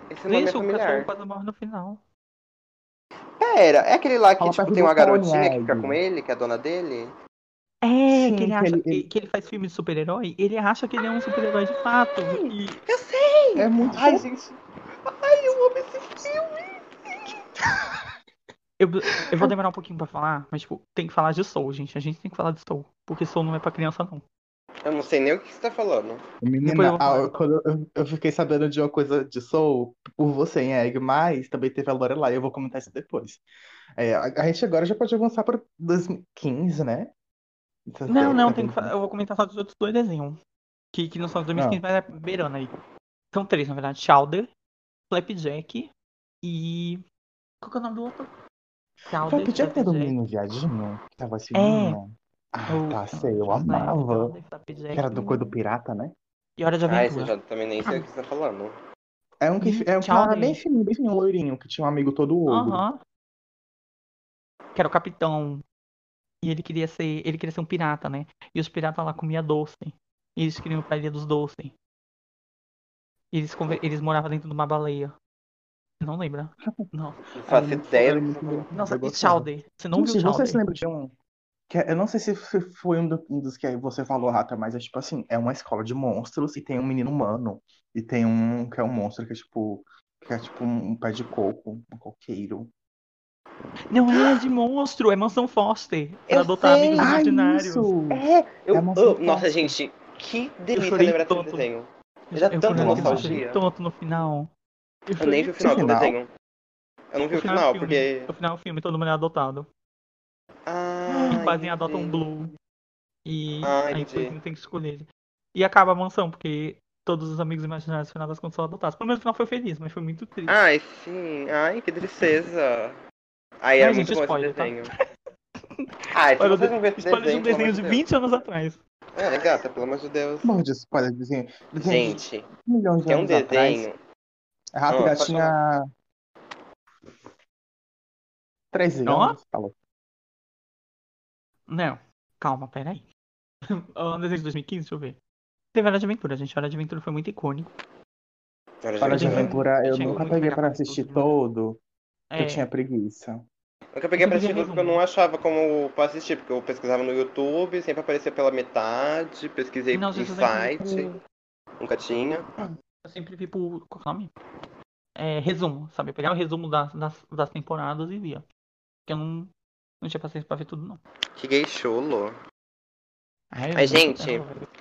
A: Esse nome é
B: Isso, o cachorro
A: familiar.
B: quase morre no final.
A: Pera, é aquele lá que
C: Fala
A: tipo,
C: perto
A: tem
C: do
A: uma garotinha que
C: Fone,
A: fica
C: Ed.
A: com ele, que é a dona dele?
B: É,
C: Sim,
B: que
C: que
B: ele acha
C: ele-
B: que, que ele faz filme de super-herói, ele acha que ele é um super-herói de fato. E
C: É muito
A: Ai,
C: fofo.
A: gente. Ai, eu amo esse filme.
B: eu, eu vou demorar um pouquinho pra falar, mas tipo, tem que falar de Soul, gente. A gente tem que falar de Soul. Porque Soul não é pra criança, não.
A: Eu não sei nem o que você tá falando.
B: Depois eu
C: Menina,
B: vou falar.
C: ah, eu- quando eu, eu fiquei sabendo de uma coisa de Soul por você, hein, Egg, mas também teve a Lorelai, eu vou comentar isso depois. É, a, a gente agora já pode avançar para 2015, né?
B: Não, não, tem que fa- eu vou comentar só dos outros dois desenhos. Que, que não são os
C: Ah.
B: 2015, mas é beirando aí. São três, na verdade. Chowder, Flapjack e... Qual que é o nome do outro? Chowder,
C: Pô, podia ter do menino viadinho que tava
B: É.
C: assim, menina. Ah,
B: o-
C: tá, sei, eu
B: Chowder,
C: amava.
B: Chowder,
C: Que
B: Flapjack
C: era do coisa do pirata, né?
B: E Hora de
A: Ai, você
B: Aventura.
A: Ah, já também nem sei o que você tá falando.
C: É um que
B: Hum,
C: é um que
B: tchau,
C: era bem
B: gente.
C: fininho, bem fininho, loirinho, que tinha um amigo todo ogro.
B: Aham. Que era o capitão. E ele queria ser. Ele queria ser um pirata, né? E os piratas lá comiam doce. E eles queriam ir pra Ilha dos Doces. E eles, conver- eles moravam dentro de uma baleia. Não lembra?
C: [laughs]
B: Não.
A: Não faço
C: Era muito-
A: ideia
C: era
A: do que você tá
C: muito
A: falando.
C: engraçado,
B: Nossa,
C: eu
B: e
C: gostava.
B: Chowder. Você não
C: Gente,
B: viu
C: você se
B: Chowder?
C: lembra de um. que é- eu não sei se f- foi um, do- um dos que você falou, Rata, mas é tipo assim, é uma escola de monstros e tem um menino humano. E tem um que é um monstro que é tipo. Que é tipo um pé de coco, um coqueiro.
B: Não é de monstro, é Mansão Foster. Pra
A: Eu
B: adotar
A: sei.
B: amigos
A: Ah,
B: imaginários.
A: É, eu
C: É uma
A: amo.
C: fantasma.
A: Nossa, gente, que delícia
B: chorei
A: lembrar desse
B: tanto.
A: desenho. Era
B: Eu
A: tanta
B: fui no- eu
C: nostalgia.
B: chorei Tanto no final.
A: Eu nem vi o final do
C: Final.
A: desenho. Eu não vi o final, porque.
B: No final do filme, todo mundo é adotado.
A: Ah.
B: E fazem adota um
A: entendi.
B: Blue. E
A: Ah,
B: aí
A: entendi.
B: depois não tem que escolher. E acaba a mansão, porque todos os amigos imaginários no final das contas são adotados. Pelo menos no final foi feliz, mas foi muito triste.
A: Ai, sim. Ai, que tristeza. Ai,
B: Não,
A: era
B: gente,
A: muito bom
B: spoiler,
A: esse
B: tá?
A: desenho. Ai, se
B: Olha,
A: vocês não ver esse
B: História de
A: desenho.
B: um desenho
A: pelo
B: de
A: amor Deus.
B: 20 anos atrás.
A: É, gata, pelo amor de Deus.
C: Morro de spoiler, desenho. Desenho de
A: Gente,
C: milhões de
A: tem um
C: anos atrás.
A: desenho. Ah,
C: Rato e
A: pode
C: Gatinha 13
B: Ó.
C: anos. Tá louco.
B: Não, calma, peraí. [laughs] O desenho de 2015, deixa eu ver. Teve Hora de Aventura, gente. Hora de Aventura foi muito icônico.
A: Hora de
C: Hora de
B: gente,
A: Aventura.
C: aventura, eu
B: Chega
C: nunca
B: muito
C: peguei
B: legal
C: pra
B: pra
C: assistir
B: tudo, né?
C: todo, porque
B: É,
C: eu tinha preguiça.
A: Nunca peguei pra assistir
B: Inclusive,
A: porque eu não achava como pra assistir, porque eu pesquisava no YouTube, sempre aparecia pela metade, pesquisei
B: não,
A: no
B: gente, eu sempre
A: site,
B: vi por-
A: nunca tinha.
B: Eu sempre vi por. Qual que é o nome? É, resumo, sabe? Eu pegava o resumo das, das, das temporadas e via. Porque eu não, não tinha paciência pra ver tudo, não.
A: Que gay chulo.
B: Ai,
A: Mas, gente,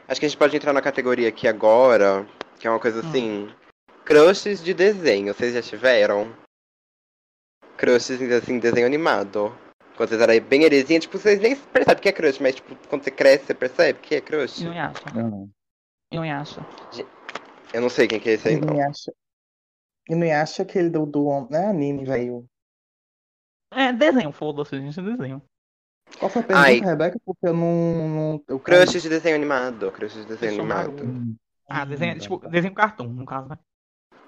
A: Acho que a gente pode entrar na categoria aqui agora, que é uma coisa
B: Hum.
A: assim. Crushes de desenho, vocês já tiveram? Crushes, assim, desenho animado. Quando vocês eram bem heresinha, tipo, vocês nem percebem que é crush, mas tipo, quando você cresce, você percebe que é crush.
B: Não acha.
C: Hum.
B: Não acha.
A: Eu não sei quem que é esse aí,
C: E
A: não.
C: não acha, e não acha aquele do, do homem, né, anime, velho?
B: É, desenho, foda-se, gente, é desenho.
C: Qual foi a
A: Ai.
C: pergunta, Rebeca? Porque eu não... não eu
A: Crushes de desenho animado, crushes de desenho
B: Pessoal
A: animado.
B: maroto.
C: Hum.
B: Ah, desenho,
C: Hum,
B: tipo,
C: tá.
B: desenho cartoon, no caso, né?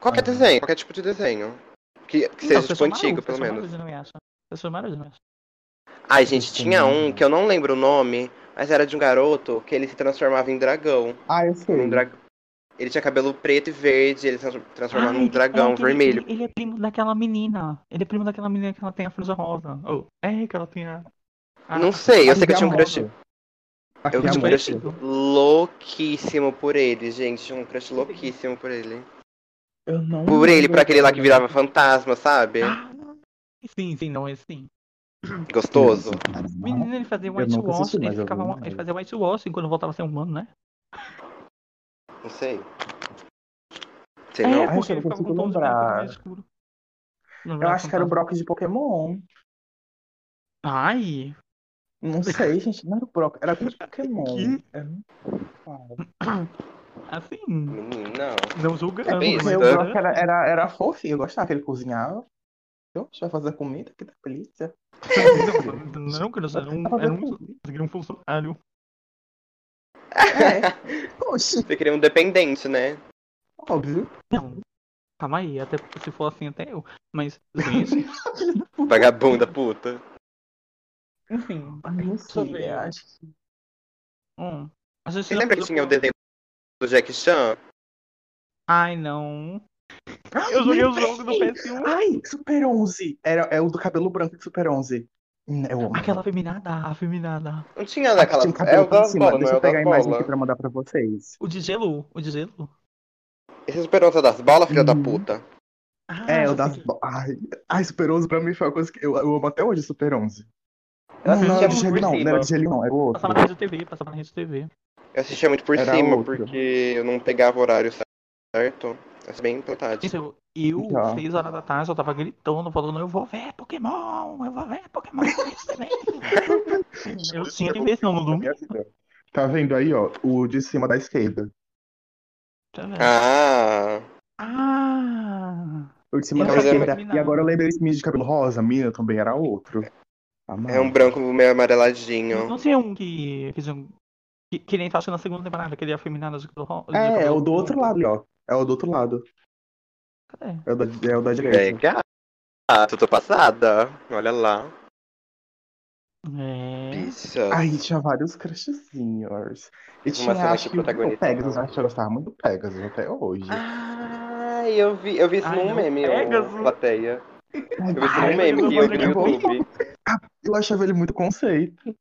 A: Qualquer
C: Aham.
A: desenho, qualquer tipo de desenho. Que, que
B: Então,
A: seja, tipo,
B: pessoal
A: antigo,
B: maroto,
A: pelo
B: pessoal
A: menos.
B: maroto, não acha. Pessoal maroto, não acha.
A: Ai, gente,
C: Pessoal
A: tinha um
C: maroto.
A: que eu não lembro o nome, mas era de um garoto que ele se transformava em dragão.
C: Ah, eu sei.
A: Um drag- Ele tinha cabelo preto e verde, ele se trans- transformava num
B: Ai,
A: dragão
B: é que ele-
A: vermelho.
B: Ele, ele é primo daquela menina. Ele é primo daquela menina que ela tem a frusa rosa. Oh, é, que ela tem a.
C: Ah,
B: a-
A: Não sei, eu sei que eu
C: Aquele
A: tinha um
C: amor.
A: crush.
C: Aquele
A: Eu tinha um
C: amor.
A: crush
B: parecido.
A: louquíssimo por ele, gente. Tinha um crush louquíssimo por ele.
C: Eu não
A: Por ele,
C: lembro
A: pra aquele lá que
C: agora.
A: virava fantasma, sabe?
B: Ah, sim, sim, não, é sim.
A: Gostoso.
B: Menino, ele fazia
C: Eu
B: white
C: nunca assisti,
B: ele,
C: mas eu
B: ficava,
C: vi,
B: wa-
C: mas-
B: ele fazia white wash quando voltava a ser humano, né?
A: Não sei. Sei
B: é,
A: não.
C: Ai,
B: porque
C: eu
B: ele ficava com
C: não consigo
B: tons de
C: lembrar.
B: pele mais escuro. Não
C: Eu
B: era
C: acho que era o
B: fantasma.
C: Brock de Pokémon.
B: Ai,
C: Não sei, gente. Não era o Brock, era aquele de Pokémon.
B: Que?
C: Eu não falo.
B: assim,
A: Menina.
B: não né? julgando.
A: bem
B: mas-
C: Porque o
A: É Isso. né?
C: Brock era, era, era fofinho, eu gostava que ele cozinhava. Então, deixa eu fazer comida aqui da
B: [laughs]
C: polícia.
B: Não, não, que nós era um,
C: Tava
B: era
C: bem
B: um, era um funcionário.
C: É, oxe,
A: Você queria um dependente, né?
C: óbvio.
B: Não, calma aí, até se for assim, até eu. Mas, assim, gente,
C: Ah,
A: Vagabunda puta.
B: [laughs] enfim.
C: Não sei,
B: ver.
C: acho que
B: Hum, a gente
A: Você
B: já
A: lembra que
B: falou-
A: tinha o desenho do Jack Chan?
B: Ai, não. Eu joguei o jogo do PS1.
C: Ai, Super 11. Era, é o do cabelo branco de Super 11. Hum, Eu amo.
B: Aquela afeminada, a afeminada.
A: Não tinha daquela.
C: Tinha um
A: É
C: cabelo
A: o
C: pra
A: das
C: cima.
A: bolas, não
C: Deixa
A: é o
C: eu pegar a
A: das
C: imagem aqui
A: bolas.
C: pra mandar pra vocês.
B: O de gelo, o de gelo.
A: Esse é esperança das bolas, filha da
C: Uhum.
A: puta.
B: Ah,
C: É,
B: já
C: o das.
B: sei que-
C: bo- Ai, ai, Super 11 pra mim foi uma coisa que eu, eu amo até hoje, Super 11.
A: Eu
C: não,
A: assistia
C: era
A: muito
C: de
A: por
C: gelo, não, não
A: cima.
C: era de gelo, não, era o outro.
B: Passava na rede TV, passava na rede TV.
A: Eu assistia muito por
C: Era
A: cima,
C: outro.
A: porque eu não pegava horário certo. Mas bem pela tarde.
B: Gente, eu, eu
C: Já.
B: seis horas da tarde, eu tava gritando, falando, eu vou ver Pokémon, eu vou ver Pokémon na rede TV.
C: [laughs]
B: Eu tinha que ver, senão não
A: é
B: dormia.
C: Tá vendo aí, ó, o de cima da esquerda.
B: Tá vendo?
A: Ah,
B: Ah!
C: O de cima
A: E
C: da
A: não era
C: esquerda.
B: iluminado.
C: E agora eu lembrei esse menino de cabelo rosa, a mina também era outro. Amava.
A: é um branco meio
B: Mas
A: amareladinho.
B: Não tinha um que fez um. Que, que nem tá achando na segunda temporada, aquele afeminado de cabelo ro- de
C: É, é
B: cabelo
C: o do outro
B: curto.
C: lado, ó. É o do outro lado.
B: Cadê?
C: É o da, é o da direita.
A: Legal. Ah, tu tô passada. Olha lá.
B: É.
A: Bicha.
C: Ai, tinha vários crushzinhos. E
A: Uma
C: tinha,
A: cena
C: acho
A: que
C: que o
A: protagonista-
C: o Pegasus, né? acho que eu gostava muito do Pegasus até hoje.
A: Ah, eu vi, eu vi isso
B: Ai,
A: num
B: não
A: meme,
B: pega,
A: ô,
B: Zu.
A: plateia. Eu vi isso
C: Ai,
A: num meme
B: eu
A: que
B: vou
A: eu vi no
B: pegar
A: YouTube.
C: eu achava ele muito conceito.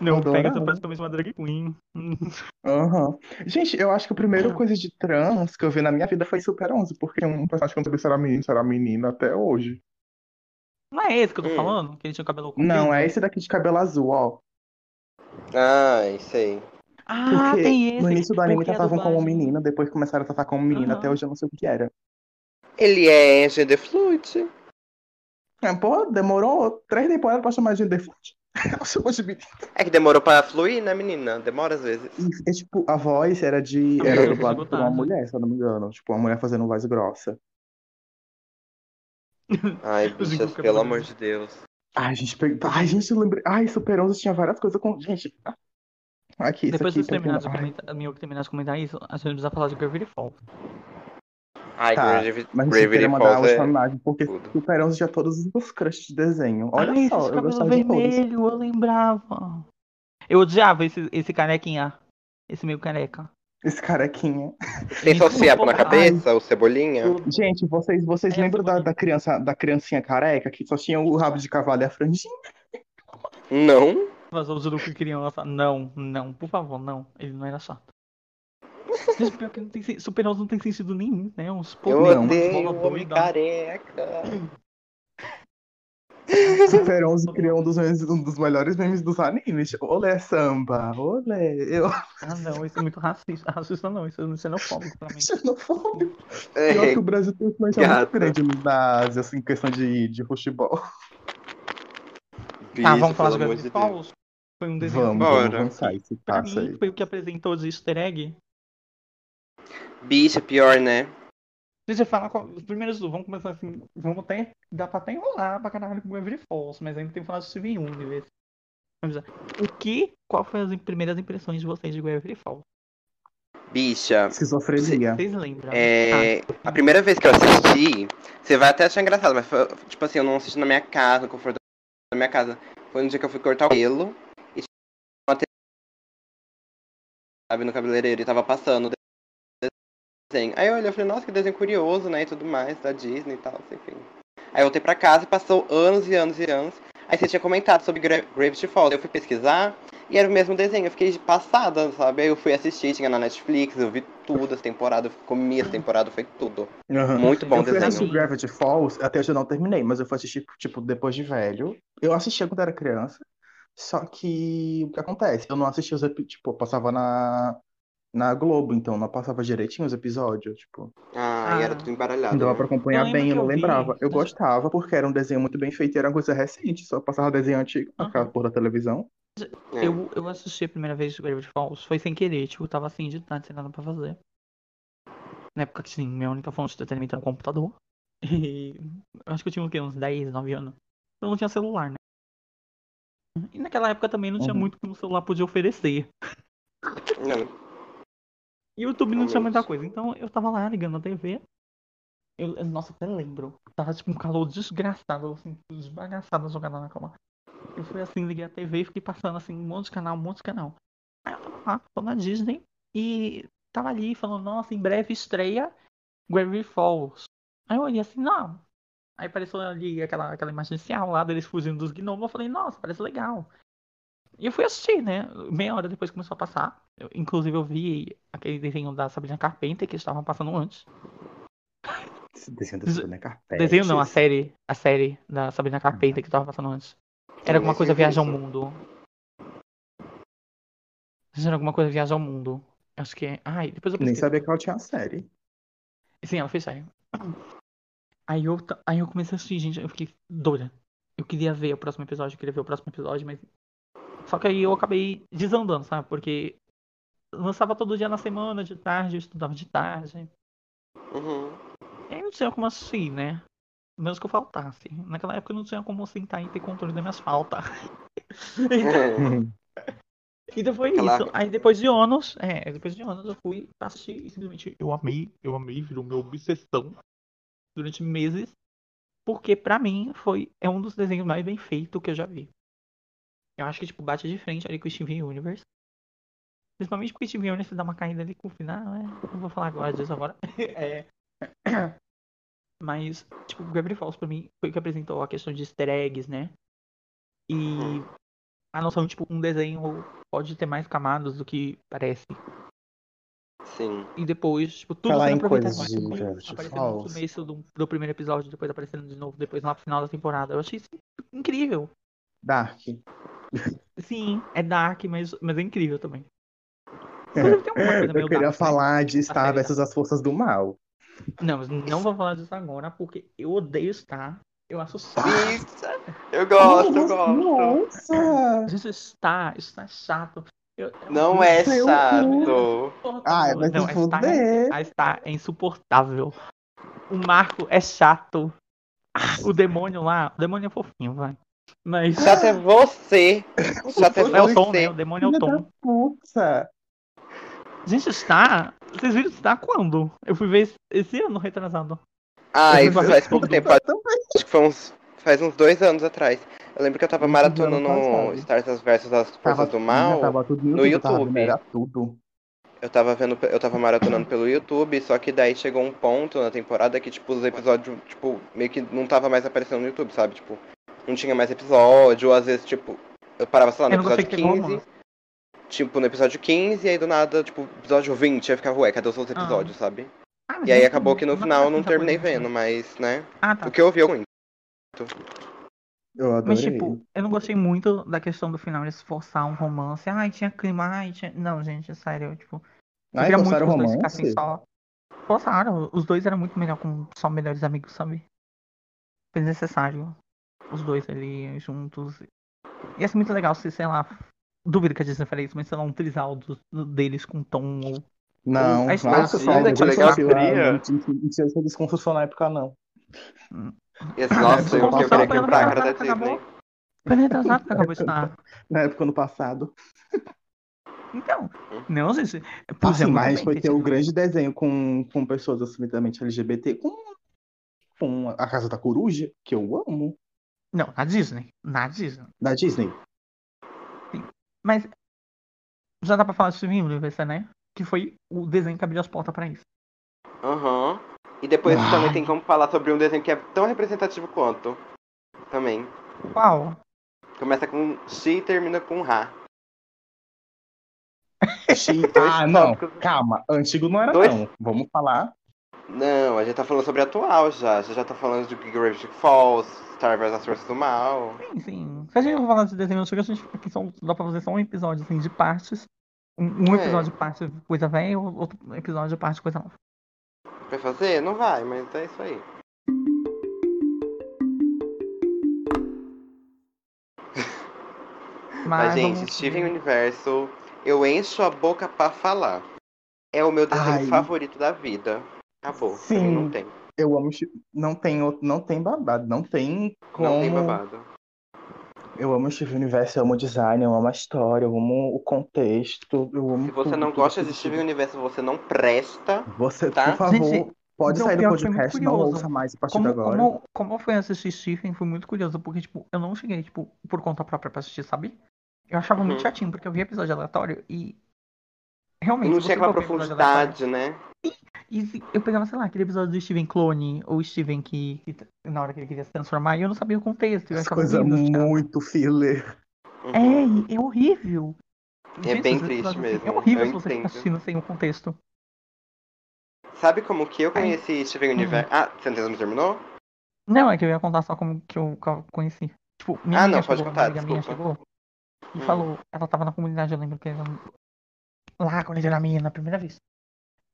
B: Não,
C: Adorava.
B: pega, tu parece também uma drag queen. [laughs] Hum.
C: Aham. Gente, eu acho que a
A: Ah.
C: primeira coisa de trans que eu vi na minha vida foi Super 11, porque um personagem que eu não sabia se era menino, se era menina até hoje.
B: Não é esse que eu tô
A: Hum.
B: falando? Que ele tinha o cabelo comprido?
C: Não, é esse daqui de cabelo azul, ó.
A: Ai, sei.
B: Ah,
C: Porque
B: tem esse.
C: no início do anime
B: porque é a
C: tratavam como
B: dublagem-
C: menina, depois começaram a tratar como menina,
B: Aham.
C: até hoje eu não sei o que era.
A: Ele é GD Flute.
C: Ah, Pô, demorou três temporadas pra chamar de [laughs] Default. Ela chamou de menina.
A: É que demorou pra fluir, né, menina? Demora às vezes.
C: E, é, tipo, a voz era de.
B: A
C: Era
B: mulher
C: dublada por
B: botada.
C: uma mulher, se eu não me engano. Tipo, uma mulher fazendo voz grossa.
A: Ai,
B: [laughs] Os
A: bichas,
B: Guga
A: pelo
B: Brothers.
A: amor de Deus.
C: Ai, gente, pe- ai, gente, eu lembrei. Ai, Super 11 tinha várias coisas com. Gente. ah. Aqui, isso
B: Depois
C: aqui.
B: de terminar de
C: pra quem não- ai.
B: comentar, meu, terminar de comentar isso, a gente precisa falar de Gravity Falls.
A: Ai,
C: Tá,
A: Gravity,
C: Mas a gente
A: Gravity
C: queria mandar a
A: Falls
C: última
A: é
C: imagem, porque
A: tudo.
C: superam já todos os meus crushes de desenho. Olha
B: Ai,
C: só,
B: Ah, esse
C: eu
B: cabelo
C: gostava de todos.
B: vermelho, eu lembrava. Eu odiava esse, esse carequinha. Esse meio careca.
C: Esse carequinha.
A: Tem só sebo na cabeça, o Cebolinha.
C: Gente, vocês, vocês
B: É,
C: lembram da,
B: bonito.
C: da criança, da criancinha careca que só tinha o rabo de cavalo e
B: [laughs]
C: a franjinha?
A: Não?
B: Mas o Zuruku criança. Não, não, por favor, não. Ele não era chato. Mas pior que não tem, sen- Super 11 não tem sentido nenhum, né? Uns
A: Eu
B: poderes, umas
A: odeio
B: bolas
A: o homem
B: doidas.
C: né?
A: careca.
C: Super 11 criou um dos, memes- um dos melhores memes dos animes. Olé, samba, olé. Eu
B: Ah, não, isso é muito racista. Racista não, isso é xenofóbico pra mim.
C: xenofóbia. Pior
A: É, [laughs]
C: que o Brasil tem uma influência muito
A: Gata.
C: grande na Ásia, assim, em questão de, de futebol.
B: Tá,
A: É,
C: Tá,
A: bicho,
B: vamos falar
A: pelo amor de
B: sobre de
A: Deus.
B: Falls. Foi um
C: Vamos,
B: desenho
C: vamos
A: Bora.
C: avançar esse
B: pra
C: passo
B: mim,
C: aí.
B: foi o que apresentou os easter egg.
A: Bicho, é pior, né?
B: Deixa eu falar qual... os primeiros, vamos começar assim, vamos até, dá pra até enrolar pra caralho com o Every Falls, mas ainda tem que falar do Steven Universe. Vamos lá. O que, qual foi as primeiras impressões de vocês de Every Falls?
A: Bicha.
C: Esquizofrenia.
B: Vocês lembram?
A: É, a primeira vez que eu assisti, você vai até achar engraçado, mas foi, tipo assim, eu não assisti na minha casa, no conforto da minha casa. Foi no dia que eu fui cortar o cabelo e tinha uma TV, sabe, no cabeleireiro e tava passando o desenho. Aí eu olhei e falei, nossa, que desenho curioso, né, e tudo mais, da Disney e tal, enfim. Aí eu voltei pra casa e passou anos e anos e anos. Aí você tinha comentado sobre Gra Gravity Falls, eu fui pesquisar e era o mesmo desenho, eu fiquei passada, sabe? Aí eu fui assistir, tinha na Netflix, eu vi tudo essa temporada, eu comi essa temporada, foi tudo.
C: Aham.
A: Muito bom
C: Eu fui
A: desenho.
C: assistir Gravity Falls, até hoje eu não terminei, mas eu fui assistir, tipo, depois de velho. Eu assistia quando era criança, só que o que acontece? Eu não assistia os episódios, tipo, eu passava na, na Globo, então não passava direitinho os episódios, tipo.
A: Ah,
B: Ah.
A: e era tudo embaralhado.
C: Não dava
A: né?
C: pra acompanhar
B: Eu lembro
C: bem,
B: que
C: eu não
B: eu vi,
C: lembrava. Eu
B: mas-
C: gostava, porque era um desenho muito bem feito, e era uma coisa recente, só passava desenho antigo,
B: Aham.
C: aquela porra da televisão.
A: É.
B: Eu, eu assisti a primeira vez Gravity Falls, foi sem querer, tipo, eu tava assim de tarde, sem nada pra fazer. Na época que sim, minha única fonte de entretenimento era o computador. [laughs] E eu acho que eu tinha o quê? Uns 10, 9 anos. Eu não tinha celular, né? E naquela época também não tinha
C: Uhum.
B: muito o que um celular podia oferecer.
A: Não,
B: E o YouTube não tinha
A: Realmente.
B: muita coisa. Então eu tava lá ligando a TV. Eu, eu- nossa, até lembro. Tava tipo um calor desgraçado, assim, desbagaçado jogado na cama. Eu fui assim, liguei a TV e fiquei passando assim, um monte de canal, um monte de canal. Aí eu tava lá, tô na Disney e tava ali falando, nossa, em breve estreia Gravity Falls. Aí eu olhei assim, não. Aí apareceu ali aquela, aquela imagem inicial lá deles fugindo dos gnomos. Eu falei, nossa, parece legal. E eu fui assistir, né? Meia hora depois começou a passar. Eu- inclusive, eu vi aquele desenho da Sabrina Carpenter que eles estavam passando antes.
C: Esse desenho da
B: Des-
C: Sabrina
A: É,
C: Carpenter.
B: Desenho não, a série. A série da Sabrina Carpenter que estava passando antes. Era alguma
A: mas
B: coisa
A: Uhum. eu vi
B: Viaja ao
A: isso.
B: Mundo. Era alguma coisa Viaja ao Mundo. Acho que é. Ai, depois eu
C: Nem
B: pesquiso.
C: sabia que ela tinha a série.
B: Sim, ela fez série. Aí eu, ta- aí eu comecei a assistir, gente. Eu fiquei doida. Eu queria ver o próximo episódio, eu queria ver o próximo episódio, mas. Só que aí eu acabei desandando, sabe? Porque lançava todo dia na semana, de tarde, eu estudava de tarde.
A: uhum.
B: E aí não tinha como assistir, né? Menos que eu faltasse. Naquela época eu não tinha como sentar e ter controle das minhas faltas.
A: Uhum.
B: Então foi
A: Caraca.
B: isso. Aí depois de anos, é, depois de anos eu fui assistir e simplesmente eu amei, eu amei, virou minha obsessão durante meses, porque pra mim foi é um dos desenhos mais bem feitos que eu já vi. Eu acho que tipo bate de frente ali com o Steven Universe. Principalmente porque o Steven Universe dá uma caída ali com o final, né? Não vou falar agora disso agora. [laughs] É. Mas, tipo, Gravity Falls pra mim foi o que apresentou a questão de easter eggs, né? E a noção de, tipo, um desenho pode ter mais camadas do que parece.
A: Sim.
B: E depois, tipo, tudo
C: Falar
B: sendo
C: em
B: aproveitado.
C: coisas
B: Tipo,
C: de Gravity
B: aparecendo no
C: Falls.
B: começo do, do primeiro episódio, depois aparecendo de novo, depois lá no final da temporada. Eu achei isso incrível.
C: Dark.
B: Sim, é dark, mas, mas é incrível também. Inclusive, tem
C: [laughs]
B: alguma coisa meio
C: É, Eu queria
B: dark, né?
C: falar de Star
B: série tá.
C: versus as forças do mal.
B: Não, mas não vou falar disso agora, porque eu odeio Star. Eu acho
C: Ah.
B: Star.
A: Bicha, eu gosto, eu gosto.
C: Nossa!
B: [laughs] Isso está, isso está chato. Eu-
A: Não é
C: Meu
A: chato.
C: Ah, mas
B: não,
C: se
B: a Star é
C: fuder.
B: Aí está, é insuportável. O Marco é chato. Ah, O demônio lá, o demônio é fofinho, vai. Mas.
A: Chato é você. Chato é
B: É o Tom, né?
A: você.
C: tá.
B: O demônio é o
C: Filha da
B: Tom.
C: puta.
B: Gente, está. Vocês viram está quando? Eu fui ver esse- esse ano retrasado.
A: Ah,
B: Eu
A: isso
B: vi
A: faz pouco tempo.
C: Eu também.
A: Acho que foi uns, faz uns dois anos atrás. Eu lembro que eu tava
C: Isso,
A: maratonando
C: do ano
A: no
C: passado.
A: Stars versus as Forças do Mal.
C: Tava tudo
A: no
C: Tava
A: YouTube.
C: vendo, era tudo.
A: Eu tava vendo, pe- eu tava maratonando pelo YouTube, só que daí chegou um ponto na temporada que, tipo, os episódios, tipo, meio que não tava mais aparecendo no YouTube, sabe? Tipo, não tinha mais episódio, ou às vezes, tipo, eu parava, sei lá, no
B: Eu não
A: episódio
B: consegui pegar
A: 15. Tipo, no episódio 15, e aí do nada, tipo, episódio 20, aí eu ficava, ué, cadê os outros
B: Ah.
A: episódios, sabe?
B: Ah, mas
A: E aí
B: não-
A: acabou que no final eu não
B: muita
A: terminei
B: coisa. assim.
A: vendo, mas, né?
B: Ah, tá.
A: O que eu vi eu ruim.
C: Eu adorei.
B: Mas, tipo, eu não gostei muito da questão do final de se forçar um romance. Ai, tinha clima, ai, tinha... Não, gente, sério, tipo... Eu
C: Ai,
B: queria muito
C: gostaram
B: que os dois
C: romance?
B: ficassem só. Forçaram, os dois eram muito melhor com só melhores amigos, sabe? Foi necessário. Os dois ali juntos. Ia ser muito legal se, sei lá, duvido que a Disney faria isso, mas sei lá, um trisal dos- do- deles com Tom ou.
C: Não,
B: A história
C: nossa,
B: do
C: não,
B: Sonic
C: deixa
B: é
C: eu
B: legal,
C: desconfiar,
A: seria?
C: Não tinha não tinha essa desconstrução na época, não.
A: Esse, assim, nossa, eu, eu queria
C: Acabou.
A: quebrar a cara da
B: Acabou.
A: Disney.
B: Foi retrasado que acabou de estar.
C: Na época no passado.
B: Então, não, gente. Por
C: Assim,
B: exemplo, tipo,
C: mas
B: também
C: foi
B: tem
C: ter
B: esse-
C: um grande desenho com, com pessoas assumidamente LGBT, com, com a Casa da Coruja, que eu amo,
B: Não, na Disney. Na Disney.
C: da Disney.
B: Mas já dá pra falar de filme, Universo, né? Que foi o desenho que abriu as portas pra isso.
A: Aham. E depois
C: Ai.
A: também tem como falar sobre um desenho que é tão representativo quanto. Também.
B: Qual?
A: Começa com X e termina com um Ra. [laughs]
C: ah, não,
A: tópicos.
C: calma, antigo não era
A: Dois?
C: não. Vamos falar.
A: Não, a gente tá falando sobre atual já. Já já tá falando de Gravity Falls, Star Wars As Forças do Mal.
B: Sim, sim. Se a gente for falar de desenho antigo, a gente aqui são, dá pra fazer só um episódio assim, de partes. Um, um
A: É.
B: episódio de parte de coisa velha e outro episódio de parte de coisa nova.
A: Vai fazer? Não vai, mas é isso aí.
B: Mas,
C: Ah,
A: Mas, gente,
B: vamos-
A: Steven Universo, eu encho a boca pra falar. É o meu desenho
C: Ai.
A: favorito da vida. Acabou. pra mim
C: Sim.
A: Não tem.
C: Eu amo. chi- Não tem, outro- não tem babado, não tem como.
A: Não tem babado.
C: Eu amo o Steven Universo, eu amo o design, eu amo a história, eu amo o contexto, eu amo
A: Se você
C: tudo,
A: não
C: tudo,
A: gosta
C: tudo,
A: de Steven Universo, você não presta.
C: tudo. Você,
A: Tá?
C: por favor,
B: Gente,
C: pode
B: não,
C: sair do
B: pior que foi muito
C: podcast, não
B: curioso.
C: ouça mais a partir
B: Como,
C: de agora.
B: como, como eu fui assistir Stephen, foi muito curioso, porque, tipo, eu não cheguei, tipo, por conta própria pra assistir, sabe? Eu achava muito
A: Uhum.
B: chatinho, porque eu via episódio aleatório e.
A: E
B: Realmente.
A: não
B: você
A: tinha aquela
B: vai ver episódio aleatório.
A: profundidade, né?
B: E se- eu pegava, sei lá, aquele episódio do Steven Clone, ou Steven que, que t- na hora que ele queria se transformar, e eu não sabia o contexto. Eu
C: Essa
B: achava
C: coisa
B: lindo, achava-
C: muito filler.
A: Uhum.
B: É, e é horrível.
A: É bem
B: esses
A: triste
B: episódios,
A: mesmo,
B: É
A: eu
B: horrível se você
A: entendo.
B: ficar assistindo sem o contexto.
A: Sabe como que eu conheci
C: Uhum.
A: Steven Universo? Ah, você não terminou?
B: Não, é que eu ia contar só como que eu ca- conheci. Tipo, minha
A: Ah,
B: amiga
A: não, pode
B: chegou, uma
A: contar,
B: amiga minha
A: desculpa.
B: chegou e
A: Hum.
B: falou, ela tava na comunidade, eu lembro que era um, lá quando eu era menina, na primeira vez.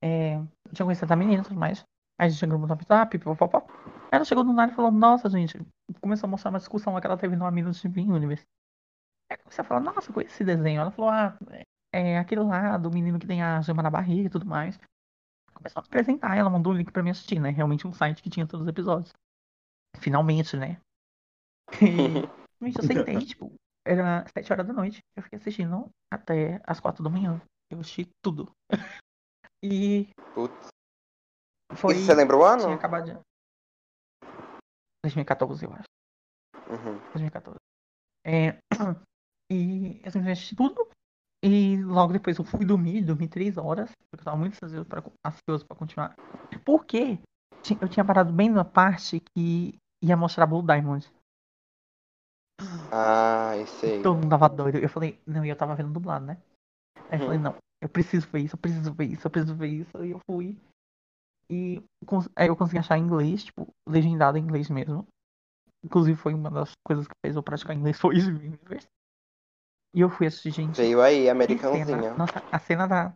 B: É, eu tinha conhecido a menina e tudo mais. Aí a gente chegou no WhatsApp, papapá. Ela chegou do nada e falou, nossa, gente, começou a mostrar uma discussão lá que ela teve no Amigo do Steven Universe. Aí eu comecei a falar, nossa, eu conheci esse desenho. Ela falou, ah, é aquele lá do menino que tem a gema na barriga e tudo mais. Começou a me apresentar, ela mandou um link pra mim assistir, né? Realmente um site que tinha todos os episódios. Finalmente, né?
A: [laughs]
B: E, gente, eu sentei, tipo, era sete horas da noite. Eu fiquei assistindo até as quatro da manhã. Eu assisti tudo. [laughs] E
A: Putz.
B: foi...
A: E você lembra o
B: Tinha
A: ano?
B: acabado de... 2014, eu acho.
A: Uhum.
B: 2014. É, [clears throat] e eu simplesmente assisti tudo. E logo depois eu fui dormir, dormi três horas, porque eu tava muito ansioso pra, ansioso pra continuar. Porque ti- eu tinha parado bem na parte que ia mostrar Blue Diamond.
A: Ai, sei.
B: Todo mundo tava doido. Eu falei, não, e eu tava vendo dublado, né? Aí eu
A: Uhum.
B: falei, não, eu preciso ver isso, eu preciso ver isso, eu preciso ver isso. E eu fui. E cons- aí eu consegui achar em inglês, tipo, legendado em inglês mesmo. Inclusive foi uma das coisas que fez eu praticar inglês, foi isso. E eu fui assistir, gente.
A: Veio aí,
B: Que cena.
A: americanzinha.
B: Nossa, a cena da,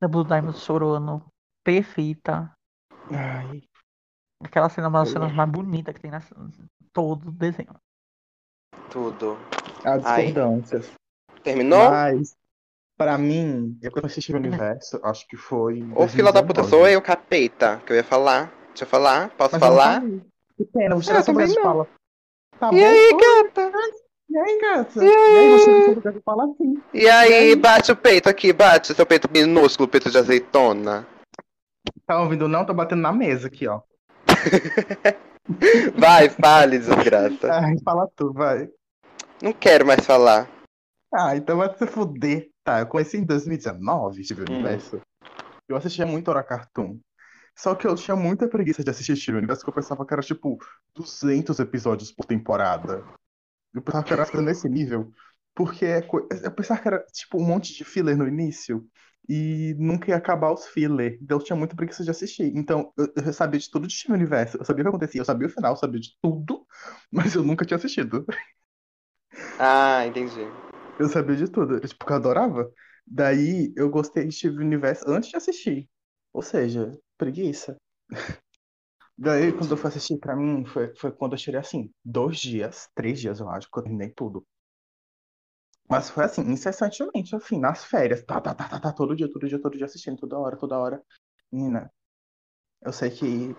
B: da Blue Diamond chorando, perfeita.
C: Ai,
B: Aquela cena é uma das
A: Eu
B: cenas mais bonitas que tem na todo o desenho.
A: Tudo.
C: a
A: Ai.
C: discordância.
A: Terminou?
C: Mas, pra mim, eu conheci Steven Universo, acho que foi.
A: Ô, fila da puta, sou eu, capeta, que eu ia falar. Deixa eu falar? Posso falar?
C: Que pena, vou
A: Eu
C: tirar essa
A: também
C: frase de
A: não.
C: fala. Tá
A: E
C: bom?
A: aí, gata?
C: E aí, gata? E aí, você não sabe falar assim.
A: E aí, bate o peito aqui, bate seu peito minúsculo, peito de azeitona.
C: Tá ouvindo não? Tô batendo na mesa aqui, ó.
A: Vai, fale, desgraça.
C: Ai, fala tu, vai.
A: Não quero mais falar.
C: Ah, então vai se fuder. Tá, eu conheci em 2019, tive o
A: Hum.
C: universo. Eu assistia muito Hora Cartoon. Só que eu tinha muita preguiça de assistir Tiro Universo, que eu pensava que era tipo 200 episódios por temporada. Eu pensava que era coisa nesse nível. Porque é co- eu pensava que era tipo um monte de filler no início e nunca ia acabar os filler. Então eu tinha muita preguiça de assistir. Então eu, eu sabia de tudo de Tiro Universo, eu sabia o que acontecia, eu sabia o final, eu sabia de tudo, [laughs] mas eu nunca tinha assistido.
A: Ah, entendi.
C: Eu sabia de tudo. Eu, tipo, eu adorava. Daí eu gostei de Steve Universe antes de assistir. Ou seja, preguiça. [laughs] Daí, quando eu fui assistir, pra mim, foi, foi quando eu tirei assim, dois dias, três dias, eu acho, que eu terminei tudo. Mas foi assim, incessantemente, assim, nas férias. Tá, tá, tá, tá, tá, todo dia, todo dia, todo dia assistindo, toda hora, toda hora. Menina, eu sei que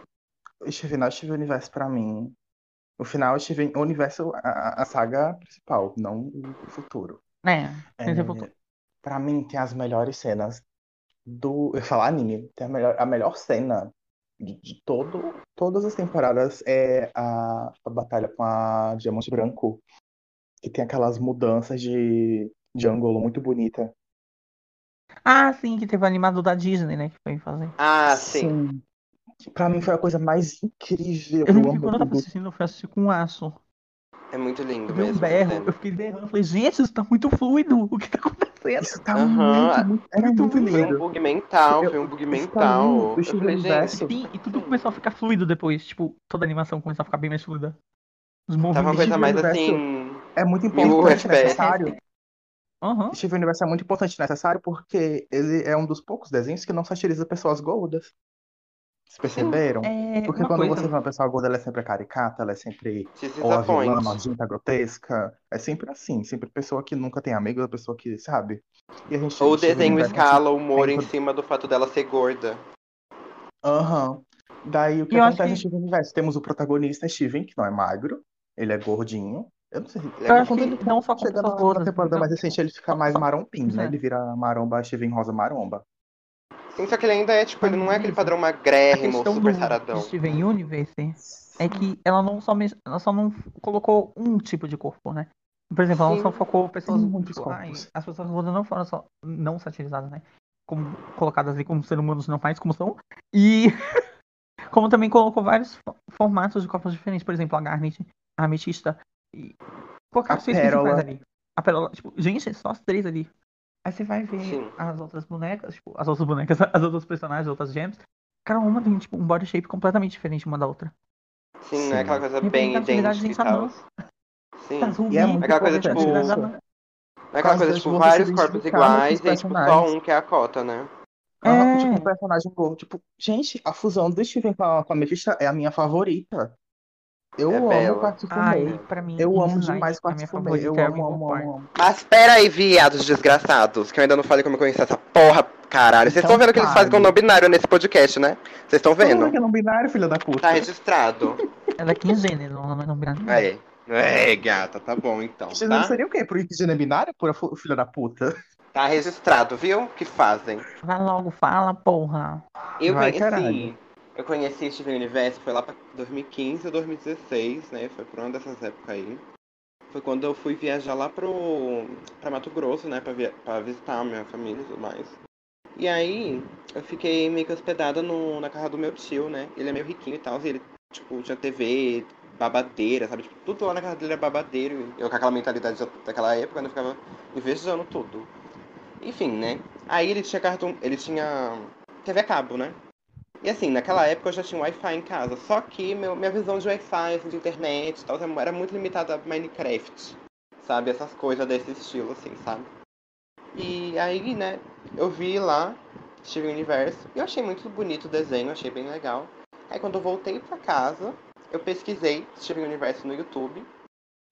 C: o Steve Universe, Steve Universe pra mim. O final, o Steve Universo, a, a- a saga principal, não o futuro.
B: É,
C: É,
B: Esse é o ponto.
C: pra mim, tem as melhores cenas do. Eu ia falar anime, tem a melhor, a melhor cena de, de todo, todas as temporadas é a, a batalha com a Diamante Branco, que tem aquelas mudanças de, de ângulo muito bonita.
B: Ah, sim, que teve o animado da Disney, né? Que foi fazer.
A: Ah, sim.
C: Que Pra mim foi a coisa mais incrível.
B: Eu lembro
C: amo
B: que quando eu tava
C: tudo.
B: assistindo, eu fui assistir com aço.
A: É muito lindo
B: Eu dei um
A: mesmo. né?
B: berro, eu fiquei berrando. Eu falei, gente, isso tá muito fluido. O que tá acontecendo?
C: Isso tá
A: Aham,
C: muito, muito, era
B: muito
C: muito
A: Foi um
C: lindo.
A: bug mental,
C: Eu-
A: foi um bug
C: eu falei,
A: mental.
C: o Steven
A: falei,
C: Universo-
A: gente,
B: Sim, e tudo começou a ficar fluido depois. Tipo, toda a animação começou a ficar bem mais fluida. Os movimentos.
A: tava uma coisa
C: Steven
A: mais
C: Universe-
A: assim.
C: É muito
A: Mil
C: importante,
A: FPS.
C: necessário.
B: Aham.
C: Steven Universe é muito importante e necessário porque ele é um dos poucos desenhos que não satiriza pessoas gordas. Vocês perceberam?
B: É,
C: Porque
B: uma
C: quando
B: coisa.
C: você vê uma pessoa gorda, ela é sempre caricata, ela é sempre
A: Se
C: ou a vilã,
A: disappoint.
C: nojenta, grotesca. É sempre assim, sempre pessoa que nunca tem amigo, a pessoa que sabe. E a gente chega
A: Ou o
C: no Steven
A: desenho
C: Universe,
A: escala o humor em
C: Tem-
A: cima do fato dela ser gorda.
C: Aham. Daí o que
B: E eu acho
C: acontece no
B: que-
C: Steven Universe? Temos o protagonista Steven, que não é magro, ele é gordinho. Eu não sei se.
A: Ele é
B: Eu acho
A: muito
B: que não só com
C: Chega
B: pessoas
C: na, tá na
B: gordas.
C: temporada
B: então- [laughs]
C: mais recente, ele fica mais marombinho, né?
B: É.
C: Ele vira maromba, Steven Rosa maromba.
A: Sim, só que ele ainda é, tipo, ele não é aquele padrão
B: A
C: É
A: magrérrimo,
B: questão
A: super
B: do
A: saradão.
B: Steven Universe é que ela não só, men- ela só não colocou um tipo de corpo, né? Por exemplo, ela
A: Sim.
B: só focou pessoas.
C: Tem muitos
B: tipo, ai,
C: corpos.
B: as pessoas gordas não foram só não satirizadas, né? Como colocadas ali como seres humanos normais, como são. E [laughs] como também colocou vários fo- formatos de corpos diferentes. Por exemplo, a Garnet, a ametista. E colocar
C: A
B: os três principais
C: Pérola.
B: ali. A pérola, tipo, gente, só as três ali. Aí você vai ver
A: Sim.
B: as outras bonecas, tipo, as outras bonecas, [laughs] as outras personagens, as outras gems. Cada uma tem, tipo, um body shape completamente diferente uma da outra.
A: Sim, não é
C: Sim.
A: aquela coisa bem
B: Representatividade
A: idêntica e tal.
B: sem
A: Sim.
B: Tá, zumbi,
C: E é muito
A: Aquela coisa,
B: tá,
A: tipo,
B: representatividade nada-
A: Não é aquela
C: Por causa
A: coisa,
C: das
A: tipo,
C: duas
A: vários
C: se
A: corpos
C: identificarem com
A: iguais
C: os
A: e, tipo, só
C: personagens.
A: um que é a cota, né?
C: Aham,
B: É.
C: tipo, o personagem gordo. Tipo, gente, a fusão do Steven com a, com a Mephisto é a minha favorita. Eu
A: É
C: amo
A: bela.
C: o Quarto
B: Ai,
C: Fumê.
B: pra mim,
C: Eu amo
B: Insight
C: demais o
B: é a
C: Quarto
B: minha
C: Fumê. Eu
B: favorita, é a
C: amo, amo,
B: Winnie
C: amo, amo.
A: Mas pera aí, viados desgraçados, que eu ainda não falei como eu conheci essa porra, caralho. Vocês
C: Então
A: estão vendo o que eles
C: fale.
A: fazem com o não binário nesse podcast, né? Vocês estão
C: Todo mundo
A: vendo?
C: que é não binário, filha da puta.
A: Tá
C: [laughs]
A: registrado.
B: Ela é quinzena, não, não, não, não.
A: É. É, gata, tá bom então,
C: Você não
A: tá?
C: seria o quê? Por isso não é binário? Pura fu- filha da puta.
A: Tá registrado, viu? O que fazem.
B: Vai logo, fala, porra.
A: Eu
C: Vai,
A: conheci.
C: caralho.
A: Eu conheci Steven Universo, foi lá pra 2015 ou 2016, né? Foi por uma dessas épocas aí. Foi quando eu fui viajar lá pro. pra Mato Grosso, né? Pra, via- pra visitar a minha família e tudo mais. E aí, eu fiquei meio que hospedada no... na casa do meu tio, né? Ele é meio riquinho e tal, e ele, tipo, tinha TV, babadeira, sabe? Tipo, tudo lá na casa dele era babadeiro. Eu com aquela mentalidade da- daquela época, né? eu Ficava invejando tudo. Enfim, né? Aí ele tinha cartão. Ele tinha. TV a cabo, né? E assim, naquela época eu já tinha Wi-Fi em casa, só que meu- minha visão de Wi-Fi, assim, de internet e tal, era muito limitada a Minecraft, sabe? Essas coisas desse estilo, assim, sabe? E aí, né, eu vi lá Steven Universo, e eu achei muito bonito o desenho, achei bem legal. Aí quando eu voltei pra casa, eu pesquisei Steven Universo no YouTube,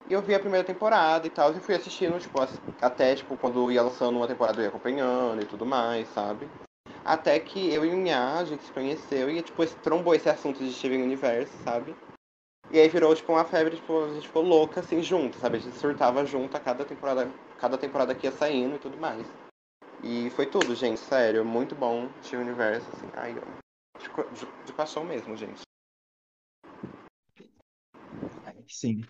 A: e eu vi a primeira temporada e tal, e fui assistindo, tipo, as- até, tipo, quando ia lançando uma temporada eu ia acompanhando e tudo mais, sabe? Até que eu e o Nhá, a gente se conheceu e, tipo, esse- trombou esse assunto de Steven Universo, sabe? E aí virou, tipo, uma febre, tipo, a gente ficou louca, assim, junto, sabe? A gente surtava junto a cada temporada, cada temporada que ia saindo e tudo mais. E foi tudo, gente, sério, muito bom Steven Universo, assim, ai, ó, de, co- de, de paixão mesmo, gente.
C: Sim.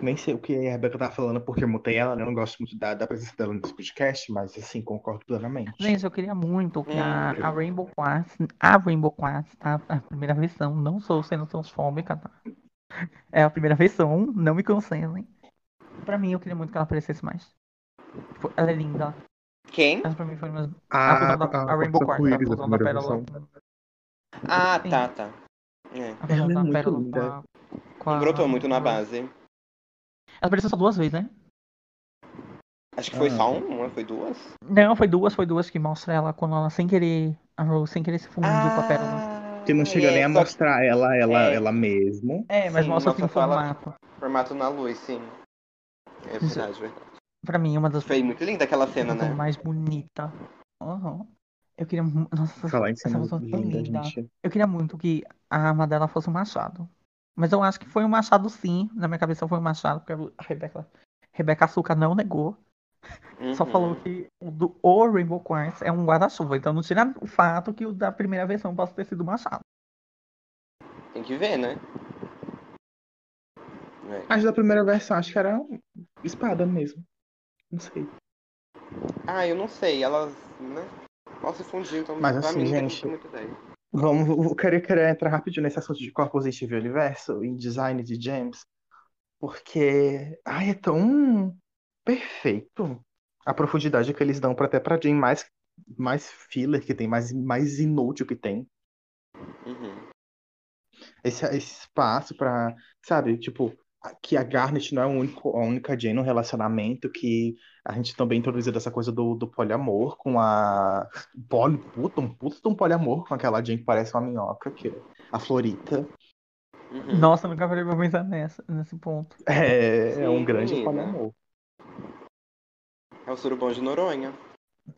C: Nem sei o que a Rebeca tá falando, porque eu mutei ela, né? Eu não gosto muito da, da presença dela nesse podcast, mas assim, concordo plenamente.
B: Gente, eu queria muito que a,
A: Hum.
B: a Rainbow Quartz, a Rainbow Quartz, tá? A primeira versão, não sou sendo transfóbica, tá? É a primeira versão, não me cancelem. Pra mim, eu queria muito que ela aparecesse mais. Tipo, ela é linda.
A: Quem?
B: Essa pra mim foi uma das...
D: A,
B: fusão da-
A: tá.
B: a Rainbow Quartz, a
D: arco-íris da
B: fusão da
D: primeira
B: Pérola.
D: versão.
A: Ah,
B: Sim.
A: tá, tá. É.
B: A fusão
C: Ela é
B: da
C: muito
B: Pérola
C: linda.
B: com a- com a...
A: Brotou muito na
B: com a-
A: base.
B: Ela apareceu só duas vezes, né?
A: Acho que foi
C: Ah.
A: só uma, foi duas?
B: Não, foi duas, foi duas que mostra ela quando ela sem querer, a Rose sem querer se fundiu
A: Ah,
B: com a Pérola.
C: Que não chega
A: é,
C: nem a
A: só
C: mostrar ela, ela,
A: É.
C: ela mesmo.
B: É, mas
A: Sim,
B: mostra assim o
A: mostra só ela-
B: formato.
A: Formato na luz, sim. É
B: Isso.
A: verdade, verdade.
B: Pra mim, é uma das
A: Foi muito linda aquela
B: Essa
A: cena,
B: versão
A: né?
B: mais bonita. Aham. Eu queria. mu- Nossa,
C: Falar em
B: essa
C: cena
B: versão é tão
C: linda,
B: linda.
C: gente.
B: Eu queria muito que a arma dela fosse um machado. Mas eu acho que foi um machado sim. Na minha cabeça foi um machado, porque a Rebeca, Rebeca Açúcar não negou. Só
A: Uhum.
B: falou que o do o Rainbow Quartz é um guarda-chuva. Então não tira o fato que o da primeira versão possa ter sido um machado.
A: Tem que ver, né? É.
C: Acho da primeira versão, acho que era espada mesmo. Não sei.
A: Ah, eu não sei, elas, né? Mal se fundiu, então
C: Mas
A: pra
C: assim,
A: mim não tem
C: gente,
A: muita ideia.
C: Vamos, eu queria, queria entrar rápido nesse assunto de corpos em Steve Universo e design de James, porque, ai, é tão perfeito a profundidade que eles dão para até para Jim mais mais filler que tem, mais mais inútil que tem.
A: Uhum.
C: Esse, esse espaço para, sabe, tipo, que a Garnet não é o único, a única Jane no relacionamento, que a gente também introduziu essa coisa do, do poliamor com a. Poli, puta, um puta de um poliamor com aquela Jane que parece uma minhoca, que é a Florita.
A: Uhum.
B: Nossa, nunca parei pra pensar nessa, nesse ponto.
C: É, é um
A: Sim, né?
C: grande
A: menina.
C: poliamor.
A: É o surubão de Noronha.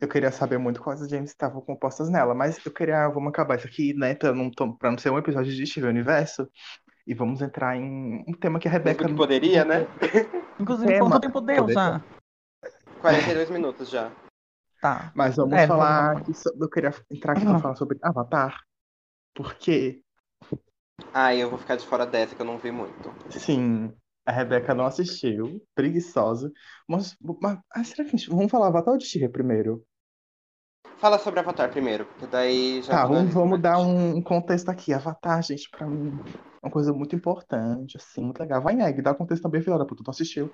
C: Eu queria saber muito quais as James estavam compostas nela, mas eu queria. Vamos acabar isso aqui, né? Pra não, tom- pra não ser um episódio de Steve Universo. E vamos entrar em um tema que a
A: Mesmo
C: Rebeca.
A: que poderia, né?
B: Inclusive,
C: Tema.
B: quanto tempo deu
C: Poder-
B: já?
A: 42 minutos já.
B: Tá.
C: Mas vamos
B: É,
C: falar.
B: vamos
C: aqui so- Eu queria entrar aqui pra
B: Uhum.
C: falar sobre Avatar. Porque,
A: Ah, eu vou ficar de fora dessa que eu não vi muito.
C: sim, a Rebeca não assistiu, preguiçosa. Mas, mas ah, será que a gente. Vamos falar Avatar ou de Steve primeiro?
A: Fala sobre Avatar primeiro, porque daí já.
C: Tá, vamos,
A: finaliza.
C: vamos dar um um contexto aqui. Avatar, gente, pra mim, é uma coisa muito importante, assim, muito legal. Vai, Neg, dá contexto também, filha da puta, tu não assistiu.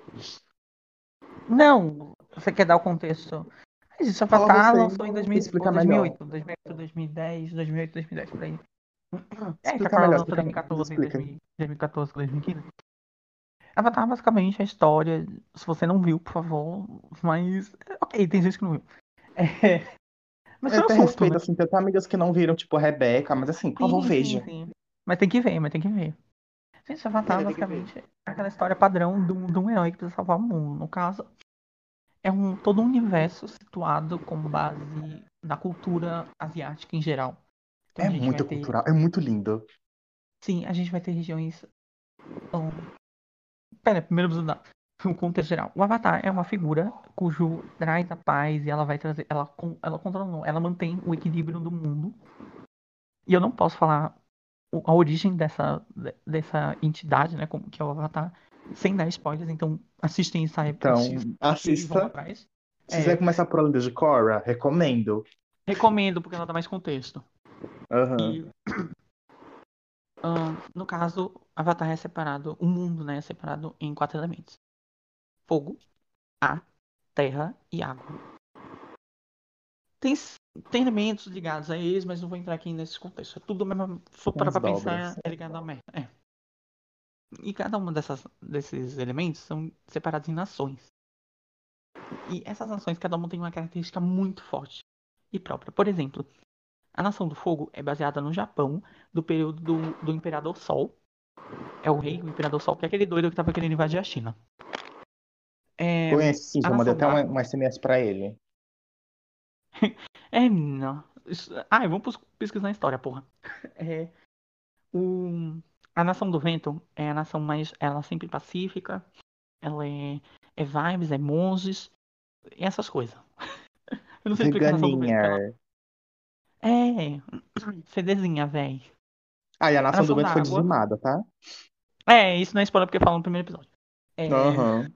B: Não, você quer dar o contexto? A gente,
C: Fala
B: Avatar
C: você,
B: lançou em 2000,
C: explica
B: ou
C: melhor.
B: 2008, 2008, 2010, 2008, 2010, por aí. É, que
C: Explica
B: acaba
C: melhor,
B: lançando em
C: explica-
B: 2014,
C: explica.
B: 2014, 2015. Avatar basicamente é a história, se você não viu, por favor, mas... Ok, tem gente que não viu. É, Mas foi
C: Eu até
B: um susto,
C: respeito,
B: né?
C: assim, tem até amigas que não viram, tipo, a Rebeca, mas assim, por favor,
B: Sim,
C: veja.
B: sim, sim. Mas tem que ver, mas tem que ver. Gente, Avatar
A: É, tem que ver.
B: basicamente é aquela história padrão de um, de um herói que precisa salvar o mundo. No caso, é um, todo um universo situado com base na cultura asiática em geral. Então,
C: É
B: a gente vai
C: muito
B: ter-
C: cultural, é muito lindo.
B: Sim, a gente vai ter regiões. Ahn, Pera, primeiro vamos dar um contexto geral. O Avatar é uma figura cujo traz a paz e ela vai trazer. Ela, con- ela controla, não, ela mantém o equilíbrio do mundo. E eu não posso falar o- a origem dessa, de- dessa entidade, né? Como que é o Avatar, sem dar spoilers. Então, assistem e saiam.
C: Então,
B: assistam e vão
C: assista.
B: atrás.
C: Se
B: É.
C: quiser começar por Além de Korra, recomendo.
B: Recomendo, porque ela dá mais contexto.
C: Aham.
B: E, [clears throat] Ahn, no caso, Avatar é separado, o mundo, né, é separado em quatro elementos: fogo, ar, terra e água. Tem, s- tem elementos ligados a eles, mas não vou entrar aqui nesse contexto. É tudo mesmo, se for
C: São
B: parar
C: as
B: pra pensar,
C: dobras.
B: é ligado à merda. É. E cada um dessas, desses elementos são separados em nações. E essas nações, cada uma tem uma característica muito forte e própria. Por exemplo, a Nação do Fogo é baseada no Japão, do período do, do Imperador Sol. É o rei, o Imperador Sol, que é aquele doido que tava querendo invadir a China. É,
C: Conheço, sim, já
B: Ah,
C: mandei
B: são
C: até uma,
B: vários.
C: uma SMS pra ele.
B: É, menina. Isso- Ai, vamos pus- pesquisar a história, porra. É. O... A Nação do Vento é a nação mais. Ela é sempre pacífica. Ela é, é vibes, é monges. E essas coisas. [laughs] Eu não sei porque a Nação do Vento.
C: Veganinha.
B: ela- É. [clears throat] CDzinha, véi.
C: Ah, e a Nação
B: Nação
C: do Vento
B: da
C: foi
B: Água.
C: dizimada, tá?
B: É, isso não é spoiler porque fala no primeiro episódio. É,
C: Aham.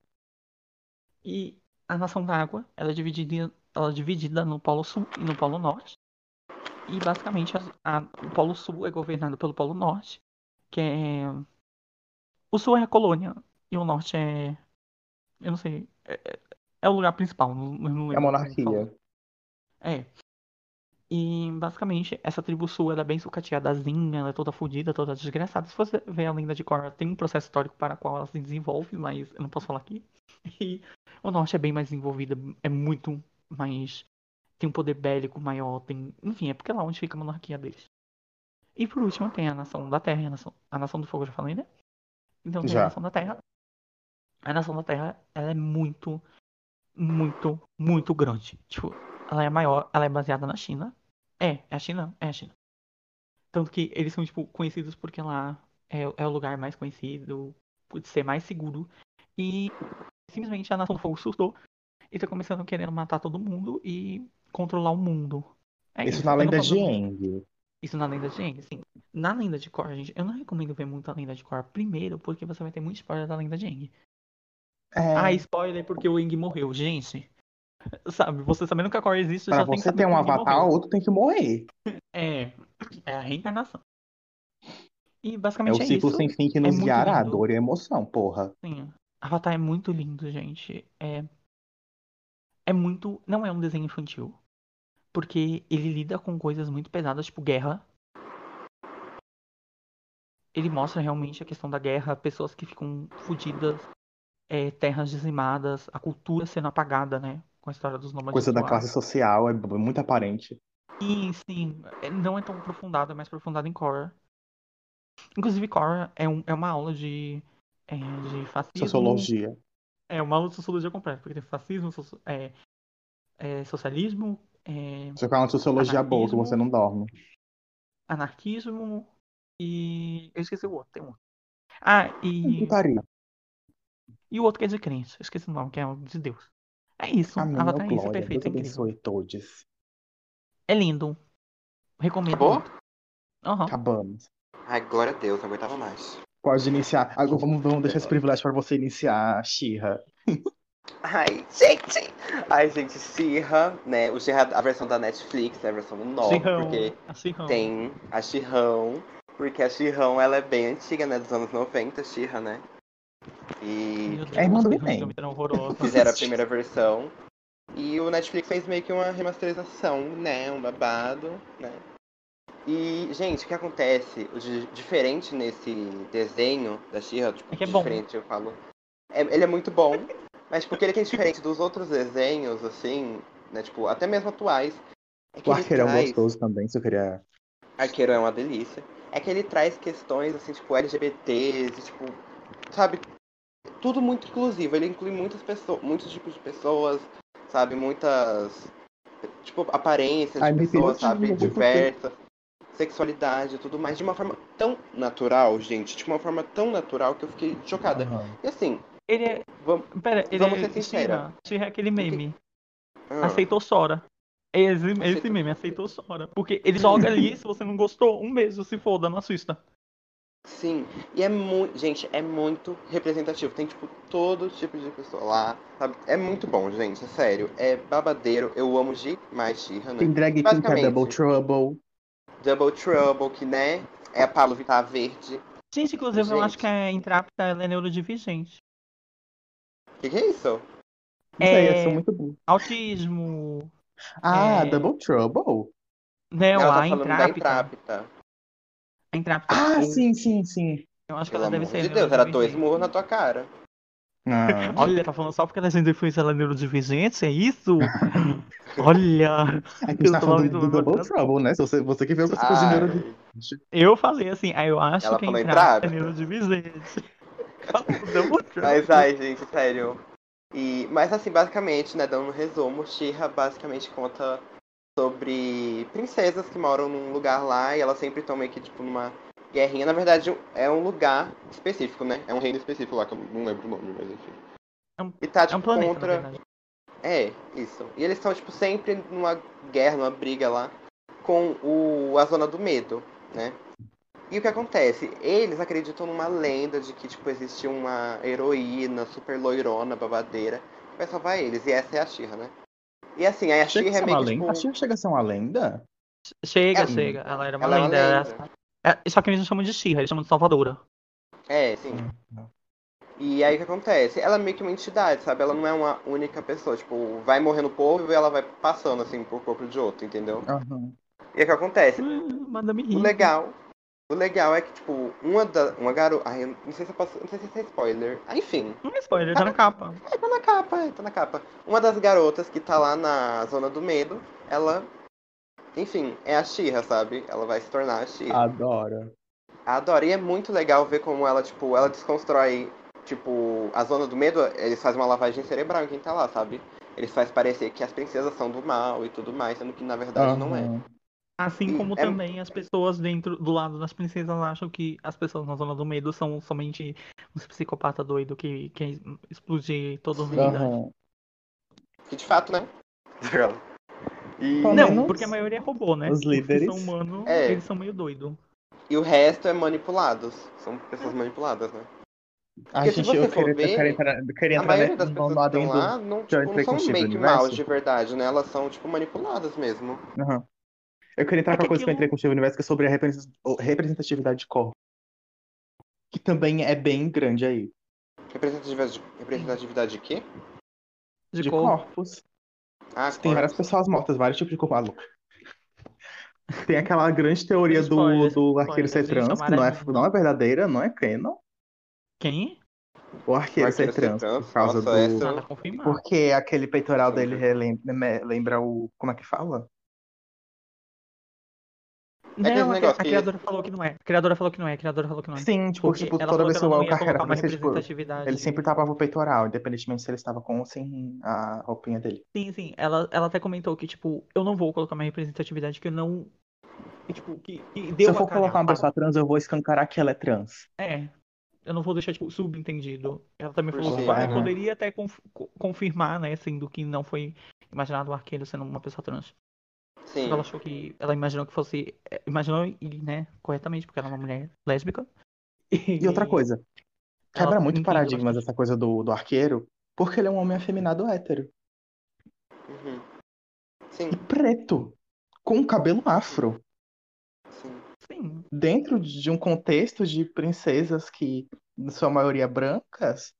B: E a nação da água, ela é dividida, ela é dividida no Polo Sul e no Polo Norte. E basicamente as- a- o Polo Sul é governado pelo Polo Norte, que é. O Sul é a colônia e o Norte é. Eu não sei. É, é- é o lugar principal, não, eu não
C: É a
B: lembro como que fala.
C: monarquia.
B: É. E basicamente essa tribo sul ela é bem sucateadazinha, ela é toda fodida, toda desgraçada. Se você ver a lenda de Korra, tem um processo histórico para o qual ela se desenvolve, mas eu não posso falar aqui. [laughs] E o norte é bem mais desenvolvida, é muito mais. Tem um poder bélico maior, tem. Enfim, é porque é lá onde fica a monarquia deles. E por último tem a nação da terra, e a nação, a nação do fogo, eu já falei, né? Então tem
C: Já.
B: a nação da terra. A nação da terra, ela é muito, muito, muito grande. Tipo, ela é maior, ela é baseada na China. É, é a China, é a China. Tanto que eles são, tipo, conhecidos porque lá é, é o lugar mais conhecido, por ser mais seguro. E simplesmente a Nação do Fogo surtou e tá começando querendo matar todo mundo e controlar o mundo. É
C: Isso na
B: eu não
C: lenda
B: posso-
C: de Eng.
B: Isso na lenda de Aang, sim. Na lenda de Korra, gente, eu não recomendo ver muito a lenda de Korra primeiro, porque você vai ter muito spoiler da lenda de Aang.
C: É,
B: Ah, spoiler porque o Aang morreu, gente. [laughs] Sabe, você sabendo que a Korra existe,
C: pra
B: já tem que
C: você
B: saber
C: ter
B: que
C: um
B: o Aang
C: avatar,
B: morreu.
C: outro tem que morrer.
B: É, é a reencarnação. E
C: É o
B: basicamente é,
C: ciclo
B: isso.
C: sem fim que
B: É
C: nos
B: muito
C: guiará, a
B: lindo.
C: dor e a emoção, porra.
B: Sim, Avatar é muito lindo, gente. É, é muito. Não é um desenho infantil. Porque ele lida com coisas muito pesadas, tipo guerra. Ele mostra realmente a questão da guerra, pessoas que ficam fodidas, é, terras dizimadas, a cultura sendo apagada, né? Com a história dos nômades
C: Coisa da
B: atuais.
C: classe social é b- muito aparente.
B: Sim, sim. É, Não é tão aprofundado, é mais aprofundado em Korra. Inclusive, Korra é, um, é uma aula de, é, de fascismo.
C: Sociologia.
B: É uma aula de sociologia completa, porque tem fascismo, soci- é, é, socialismo, é,
C: Você fala de sociologia boa, que
B: Anarquismo.
C: você não dorme.
B: anarquismo e. Eu esqueci o outro, tem um. Ah, e,
C: Putaria.
B: e o outro que é de crente. Eu esqueci o nome, que é o de Deus. É isso.
C: Amém,
B: Avatar é
C: ó
B: isso, é
C: glória.
B: perfeito,
C: Deus
B: é incrível.
C: abençoe todos.
B: É lindo. Recomendo.
A: Acabou? Tá
B: muito. Aham.
C: Acabamos.
A: Ai, glória a Deus, não aguentava mais.
C: Pode iniciar. Agora vamos, vamos deixar esse privilégio pra você iniciar, Xirra.
A: Ai, gente! Ai, gente, Sirra, né? O Sirra, a versão da Netflix, né? A versão do nome,
B: Acirrão,
A: porque
B: acirrão.
A: tem a Shirrão, porque a Shirrão ela é bem antiga, né? Dos anos 90, Shirra, né? E
B: Meu Deus,
C: É irmã do
B: que
C: He-Man.
B: filme tão horroroso.
A: fizeram a primeira versão. E o Netflix fez meio que uma remasterização, né? Um babado, né? E, gente, o que acontece? O di- diferente nesse desenho da Shira, tipo,
B: É que é bom.
A: diferente, eu falo. É- ele é muito bom, mas porque ele é que é diferente dos outros desenhos, assim, né? Tipo, até mesmo atuais. É que
C: O
A: ele
C: arqueiro é um
A: traz-
C: gostoso também, se eu queria.
A: Arqueiro é uma delícia. É que ele traz questões, assim, tipo, LGBTs, e, tipo, sabe? Tudo muito inclusivo. Ele inclui muitas pessoas, muitos tipos de pessoas, sabe? Muitas, tipo, aparências
C: Ai,
A: de
C: me
A: pessoas,
C: deu
A: sabe?
C: tiro, por quê?
A: Diversas. Sexualidade e tudo mais, de uma forma tão natural, gente. De uma forma tão natural que eu fiquei chocada.
C: Aham.
A: E assim,
B: Ele é.
A: vamos.
B: Pera, ele
A: Vamos
B: é.
A: ser sincera.
B: Shira. Shira é aquele meme.
A: ah,
B: Aceitou Sora. É Esse, esse
A: Aceitou.
B: meme, aceitou Sora. Porque ele
A: [laughs]
B: joga ali, se você não gostou, um beijo, se foda, não assista.
A: Sim, e é muito, gente, é muito representativo. Tem tipo todo tipo de pessoa lá, sabe? É muito bom, gente, é sério. É babadeiro. Eu amo demais Xirra, né?
C: Tem drag queen que é
A: Basicamente.
C: Double Trouble.
A: Double Trouble, que né? É a Pablo Vittar Verde.
B: Gente, inclusive, eu
A: Gente.
B: acho que a Intrapta ela é neurodivergente.
A: O que, que é isso?
C: Não sei,
B: É.
C: são muito bons.
B: Autismo. né, É.
C: Ah, Double Trouble.
B: Não,
A: Ela
B: a
A: tá falando da
B: Intrapta.
A: Intrapta.
B: A Intrapta.
C: Ah,
B: É eu-
C: sim, sim, sim.
B: Eu acho que
A: Pelo
B: ela deve
A: amor
B: ser.
A: de Deus, era dois
B: neurodivergente.
A: murros na tua cara.
C: Ah.
B: Olha, tá falando só porque ela é gente influência, ela é neurodivergente,
A: [laughs]
B: é isso? Olha,
C: A gente tá
B: Eu tô
C: falando
B: ouvindo
C: do
B: uma
C: Double
B: outra-
C: Trouble, né? Se Você, você que vê o
A: Ah,
C: que você fez de
A: Ai,
C: neuro-
B: eu falei assim, aí eu acho
A: Ela
B: que a
A: falou
B: Intrapta é
A: Intrapta. [laughs]
B: neurodivergente. Deu um tchau.
A: Mas ai, gente, sério. E, mas assim, basicamente, né, dando um resumo, Shira basicamente conta sobre princesas que moram num lugar lá e elas sempre estão meio que tipo numa Guerrinha, na verdade, é um lugar específico, né? É um reino específico lá, que eu não lembro o nome, mas enfim.
B: É um-
A: e tá,
B: É
A: tipo,
B: um planeta, na
A: contra...
B: verdade.
A: É, isso. E eles estão, tipo, sempre numa guerra, numa briga lá com o, a Zona do Medo, né? E o que acontece? Eles acreditam numa lenda de que, tipo, existe uma heroína super loirona, babadeira, que vai salvar eles. E essa é a Xirra, né? E assim, aí a
C: Chega
A: Xirra é
C: a ser uma
A: meio que,
C: lenda?
A: tipo...
C: A Xirra chega a ser uma lenda?
B: Chega,
A: É,
B: chega. Ela era uma
A: Ela é uma
B: lenda. era-
A: lenda.
B: É, só que eles não chamam de Xirra, eles chamam de Salvadora.
A: É, sim. E aí o que acontece? Ela é meio que uma entidade, sabe? Ela não é uma única pessoa. Tipo, vai morrendo o povo e ela vai passando, assim, pro corpo de outro, entendeu?
C: Aham.
A: E aí o que acontece?
B: Hum, Madame
A: É. O
B: Rir.
A: legal. O legal é que, tipo, uma da. Uma garota. Ai, eu não sei se eu posso. Não sei se isso é spoiler. Ah, enfim.
B: Não é spoiler, tá na capa.
A: É, tá na capa, é, tá na capa. Uma das garotas que tá lá na zona do medo, ela. Enfim, é a Xirra, sabe? Ela vai se tornar a Xirra.
C: Ah. Adoro.
A: Adoro. E é muito legal ver como ela, tipo, ela desconstrói, tipo, a zona do medo, eles fazem uma lavagem cerebral em quem tá lá, sabe? Eles fazem parecer que as princesas são do mal e tudo mais, sendo que na verdade não é.
C: Aham.
B: Assim
A: Sim,
B: como
A: é-
B: também as pessoas dentro do lado das princesas acham que as pessoas na zona do medo são somente uns psicopata doido que quer explodir todo mundo.
C: Aham.
A: Que de fato, né? [laughs] E...
C: Pelo
B: Não,
C: menos
B: porque a maioria é robô, né?
C: os
B: Os que
C: líderes.
B: são humanos,
A: É.
B: eles são meio doido.
A: e o resto é manipulados. São pessoas manipuladas, né?
C: Ai,
A: Porque se
C: gente, eu
A: você for
C: queria, eu
A: ver,
C: queria entrar, eu queria
A: A
C: entrar
A: maioria
C: nesse
A: das
C: no,
A: pessoas
C: no
A: que estão
C: adendo.
A: lá não,
C: George
A: tipo, não são
C: Preconceive
A: meio
C: do
A: que
C: universo?
A: maus de verdade, né? Elas são, tipo, manipuladas mesmo.
C: Aham. Eu queria entrar
B: É
C: com a
B: que
C: coisa que eu
B: aquilo-
C: entrei com o Chico Universo, que é sobre a represent- o- representatividade de corpo. Que também é bem grande aí.
A: Representatividade, representatividade de quê?
B: De,
C: de
B: cor.
C: corpos.
A: Ah,
C: Tem várias
A: corpos.
C: pessoas mortas, vários tipos de corpo. Ah, louca. Tem aquela grande teoria do,
B: Spoiler,
C: do arqueiro
B: spoiler,
C: ser
B: gente,
C: trans, que não é,
B: amarelo.
C: não é verdadeira, não é canon.
B: Quem?
C: O arqueiro,
A: O arqueiro
C: ser trans, por causa
A: nossa, é.
C: do.
A: essa-
B: Nada confirmado.
C: Porque aquele peitoral dele
A: Uhum.
C: relem- me- lembra o. Como é que fala?
A: aquele
B: Não, a,
A: negócio
B: a
A: que-
B: criadora falou que não é. A criadora falou que não é, a criadora falou que não é.
C: Sim, tipo,
B: Porque
C: tipo
B: ela
C: toda
B: falou que ela
C: pessoa,
B: não
C: o
B: ia
C: carro
B: colocar
C: era
B: uma
C: pra ser, tipo.
B: representatividade.
C: Ele sempre tapava o peitoral, independentemente se ele estava com ou sem a roupinha dele.
B: Sim, sim. Ela, ela até comentou que, tipo, eu não vou colocar minha representatividade, que eu não. que, tipo, que, que deu
C: se eu
B: a
C: for
B: cara.
C: colocar uma pessoa trans, eu vou escancarar que ela é trans.
B: É. Eu não vou deixar, tipo, subentendido. Ela também
A: Por
B: falou que
A: ser,
B: ah,
C: né?
B: poderia até conf- co- confirmar, né? Sendo que não foi imaginado o arqueiro sendo uma pessoa trans.
A: Sim.
B: Ela achou que. Ela imaginou que fosse. é, Imaginou, e, né, corretamente, porque ela é uma mulher lésbica.
C: E outra coisa,
B: ela assim.
C: quebra muito
B: entende
C: paradigmas
B: bastante.
C: essa coisa do, do arqueiro, porque ele é um homem afeminado hétero.
A: Uhum. Sim,
C: E preto, com um cabelo afro,
A: sim.
C: assim.
B: Sim.
C: dentro de um contexto de princesas que, na sua maioria, brancas,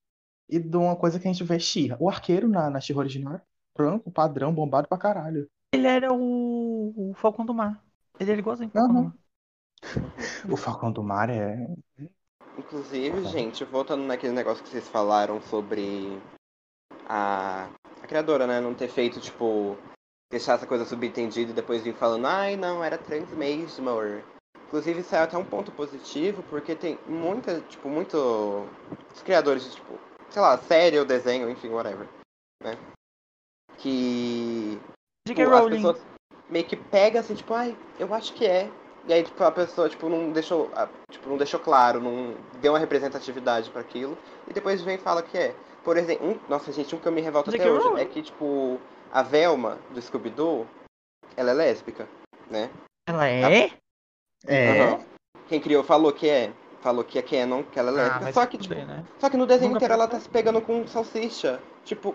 C: e de uma coisa que a gente vê Xirra. O arqueiro na, na Xirra original, é branco, padrão, bombado pra caralho.
B: Ele era o, o Falcão do Mar. Ele era igualzinho o Falcão do
C: Aham.
B: Mar.
C: O Falcão do Mar é
A: Inclusive,
C: Tá.
A: gente, voltando naquele negócio que vocês falaram sobre a, a criadora, né? Não ter feito, tipo, deixar essa coisa subentendida e depois vir falando, ai, não, era trans mesmo. Inclusive, isso é até um ponto positivo, porque tem muita, tipo, muito. Os criadores, de, tipo, sei lá, série ou desenho, enfim, whatever. Né? Que
B: J.K.
A: tipo, as
B: Rowling.
A: pessoas meio que pega assim, tipo, ai, eu acho que é. E aí, tipo, a pessoa, tipo, não deixou, a- tipo, não deixou claro, não deu uma representatividade pra aquilo. E depois vem e fala que é. Por exemplo, um- nossa, gente, um que eu me revolto
B: J.K.
A: até hoje
B: Rowling.
A: é que, tipo, a Velma do Scooby-Doo, ela é lésbica, né?
B: Ela é?
C: É.
A: Aham. Quem criou falou que é. Falou que é canon, que ela é
B: Ah,
A: lésbica.
B: vai
A: só
B: se
A: que, tipo,
B: fuder, né?
A: só que no desenho
B: Nunca
A: inteiro ela tá se pegando com salsicha. Tipo,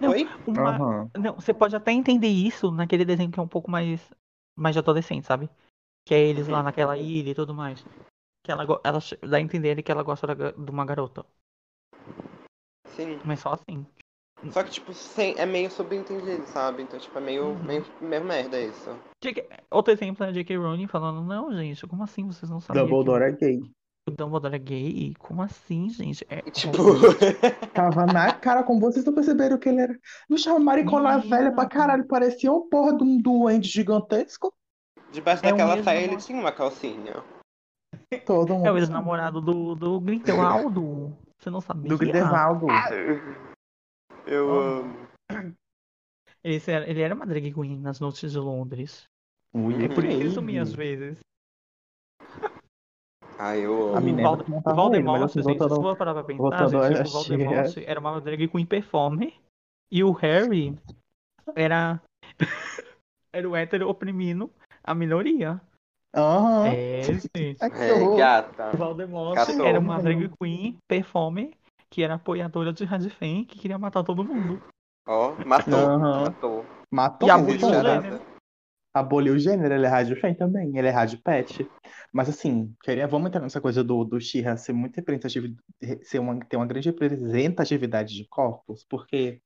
B: Não,
A: oi?
B: Uma-
C: Aham.
B: Não, você pode até entender isso naquele desenho que é um pouco mais, mais de adolescente, sabe? Que é eles lá naquela ilha e tudo mais. Que ela, go- ela ch- dá a entender que ela gosta da ga- de uma garota.
A: Sim.
B: Mas só assim.
A: Só que, tipo, sem, é meio subentendido, sabe? Então, tipo, é meio,
B: Uhum.
A: meio, meio merda isso.
B: J.K. Outro exemplo é a J.K. Rowling falando, não, gente, como assim vocês não sabiam que
C: Dumbledore é gay.
B: o Dumbledore é gay? Como assim, gente? É,
A: E, Tipo, [laughs]
C: [laughs] Tava na cara, como vocês não perceberam que ele era. Bicho, uma maricona
B: Menina.
C: velha pra caralho, parecia uma porra de um duende gigantesco.
A: debaixo
B: É
C: um
B: o
A: daquela
B: mesmo
A: saia
B: amor.
A: ele tinha uma calcinha.
C: Todo mundo. assim.
B: é o ex-namorado do, do
C: [laughs]
B: Grindelwaldo. Você não sabia?
C: Do Grindelwaldo.
A: Eu
B: Oh.
A: amo.
B: Ele era, ele era uma drag queen nas noites de Londres.
C: Ui,
B: É por isso que ele
C: baby.
B: sumia às vezes.
A: Ai, eu
C: A
B: O
A: amo.
C: Minerva
B: Valde-
C: que montava ele, mas
B: Voldemort,
C: assim,
B: gente, se
C: voltando-
B: for parar pra pensar,
C: voltando
B: gente,
C: à
B: tipo, o
C: Xia.
B: Voldemort era uma drag queen performer e o Harry era [laughs] era o hétero oprimindo a minoria.
C: Aham.
B: É,
C: [laughs]
B: gente.
C: Ai, que
A: É,
C: horror.
B: O
A: gata.
B: Voldemort
A: Catou.
B: era uma drag queen performer que era apoiadora de Radfem que queria matar todo mundo.
A: Ó, matou.
C: Aham.
A: Matou.
C: Matou
B: E a
C: muito,
B: Bully
C: cara.
B: Jane, né?
C: aboliu o gênero, ele é rádio fan também, ele é rádio pet. Mas assim, queria, vamos entrar nessa coisa do, do She-Ra ser muito representativo, ser uma, ter uma grande representatividade de corpos, porque.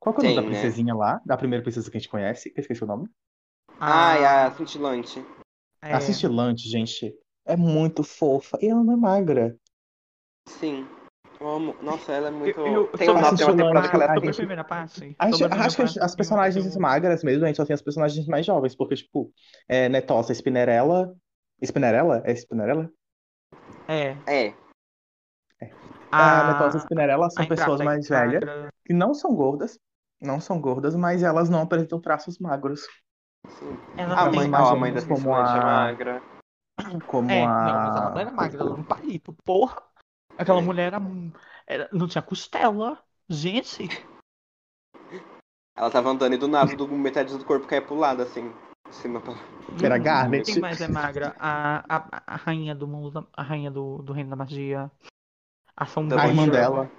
C: Qual que é o nome
A: Tem,
C: da
A: né?
C: princesinha lá? Da primeira princesa que a gente conhece, que eu esqueci o nome.
A: Ai,
C: Ah.
A: a cintilante.
B: Ah, é,
C: A Cintilante, gente, é muito fofa e ela não é magra.
A: Sim. Eu amo. Nossa, ela é muito.
B: Eu- eu-
A: tem,
B: sobre
A: um, nossa, tem uma
C: Cintilante,
A: temporada que ela é
C: a
B: sobre a
A: triste.
C: gente-
B: primeira parte.
C: A gente-
B: sobre a primeira
C: acho que as,
A: um
B: parte,
C: as personagens
B: eu-
C: magras mesmo, a gente só tem as personagens mais jovens, porque, tipo, é, Netossa, Spinnerella. Spinnerella? É Spinnerella?
B: É.
A: É. Ah,
C: A Netossa e Spinnerella Ah, são
B: a
C: pessoas
B: Imbrata-
C: mais velhas.
B: Imbrata-
C: que não são gordas, não são gordas, mas elas não apresentam traços magros,
A: Sim.
B: Ela
A: A
B: tem-
A: mãe,
C: mais
A: ó, a
C: ou
A: mãe da
C: menos Ah, como
A: cintilante é
C: a-
A: magra.
C: como
B: É,
C: a.
B: não, mas ela não era magra, ela era um palito, porra. Aquela
A: É.
B: mulher era, um, era- não tinha costela. Gente,
A: Ela tava andando e do nada, do metade do corpo cai pro lado, assim. de Cima pra...
C: Era
B: hum,
C: Garnet.
B: quem mais é magra? A, a, a rainha do mundo, da- a rainha do, do reino da magia. A sombria.
C: A
A: Tá
C: irmã
A: bom,
C: dela.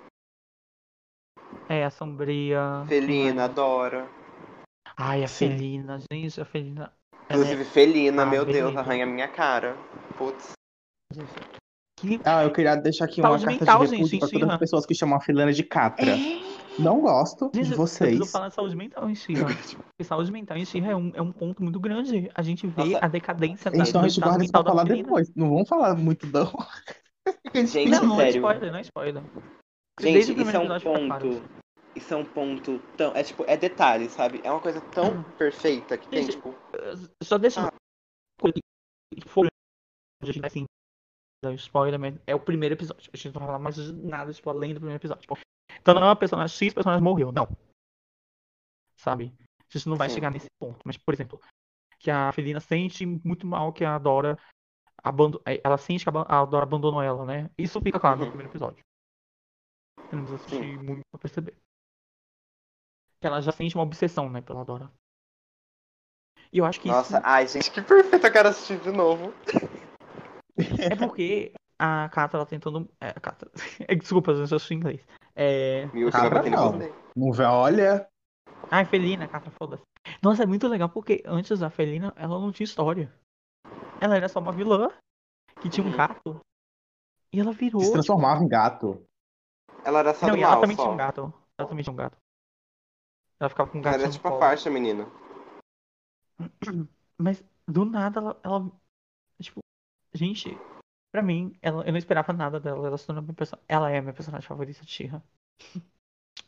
B: É, a sombria.
A: Felina,
B: Uhum.
A: adora.
B: Ai, a
C: Sim.
B: felina, gente, a felina. Ela é-
A: Inclusive, Felina,
B: Ah,
A: meu Deus,
B: Felina.
A: arranha a minha cara. Putz.
B: é que-
C: Ah, eu queria deixar aqui uma
B: Saúde
C: carta
B: Tá mental,
C: de repúdio
B: gente,
C: para todas
B: ensina. É.
C: as pessoas que chamam a Filana de Catra. Não gosto
B: Gente,
C: de
B: eu preciso
C: vocês.
B: falar de saúde mental em Xirra.
C: [laughs]
B: Porque saúde mental em Xirra é um, é um ponto muito grande. A gente vê
A: Nossa.
B: a decadência da,
C: Então a
B: do
C: gente
B: estado
C: guarda isso pra
B: mental
C: falar
B: das meninas.
C: depois. Não vamos falar muito, não.
A: Gente,
B: Não, não é
A: sério.
B: spoiler, não é spoiler. Desde o
A: Gente, isso é
B: primeiro
A: um
B: episódio né? fica claro.
A: ponto. Isso é um ponto tão. É tipo, é detalhe, sabe? É uma coisa tão perfeita que tem,
B: Uhum. Gente,
A: tipo.
B: Só deixa
A: Ah.
B: uma coisa que foi assim, da spoiler, mas é o primeiro episódio. A gente não vai falar mais de nada, tipo, além do primeiro episódio. Tipo, Então não é uma personagem, X personagem morreu, não. Sabe? A gente não vai
A: Sim.
B: chegar nesse ponto. Mas, por exemplo, que a Felina sente muito mal que a Dora abando... é, ela sente que a Ba- a Dora abandonou ela, né? Isso fica claro no
A: Uhum.
B: primeiro episódio. Você não precisa assistir muito pra perceber. Que ela já sente uma obsessão, né, pela Dora. E eu acho que isso
A: Nossa, ai, gente, que perfeito, eu quero assistir de novo.
B: É porque a Cata, ela tentando. É, a Cata. [laughs] Desculpa, eu sou em inglês. É.
A: Meu,
C: Cabra não. Não vê, olha.
B: Ai, Felina, Cata, foda-se. Nossa, é muito legal porque antes a Felina, ela não tinha história. Ela era só uma vilã que tinha um
A: Uhum.
B: gato. E ela virou.
C: Se transformava em gato.
A: Ela era só
B: Não,
A: do
B: e ela
A: mal,
B: também
A: só.
B: tinha um gato. Ela também tinha um gato. Ela ficava com um
A: Ela
B: gato.
A: era tipo a faixa, menina.
B: Mas do nada ela, ela- Tipo, gente, pra mim, ela, eu não esperava nada dela. Ela se tornou minha perso- Ela é a minha personagem favorita de She-Ra.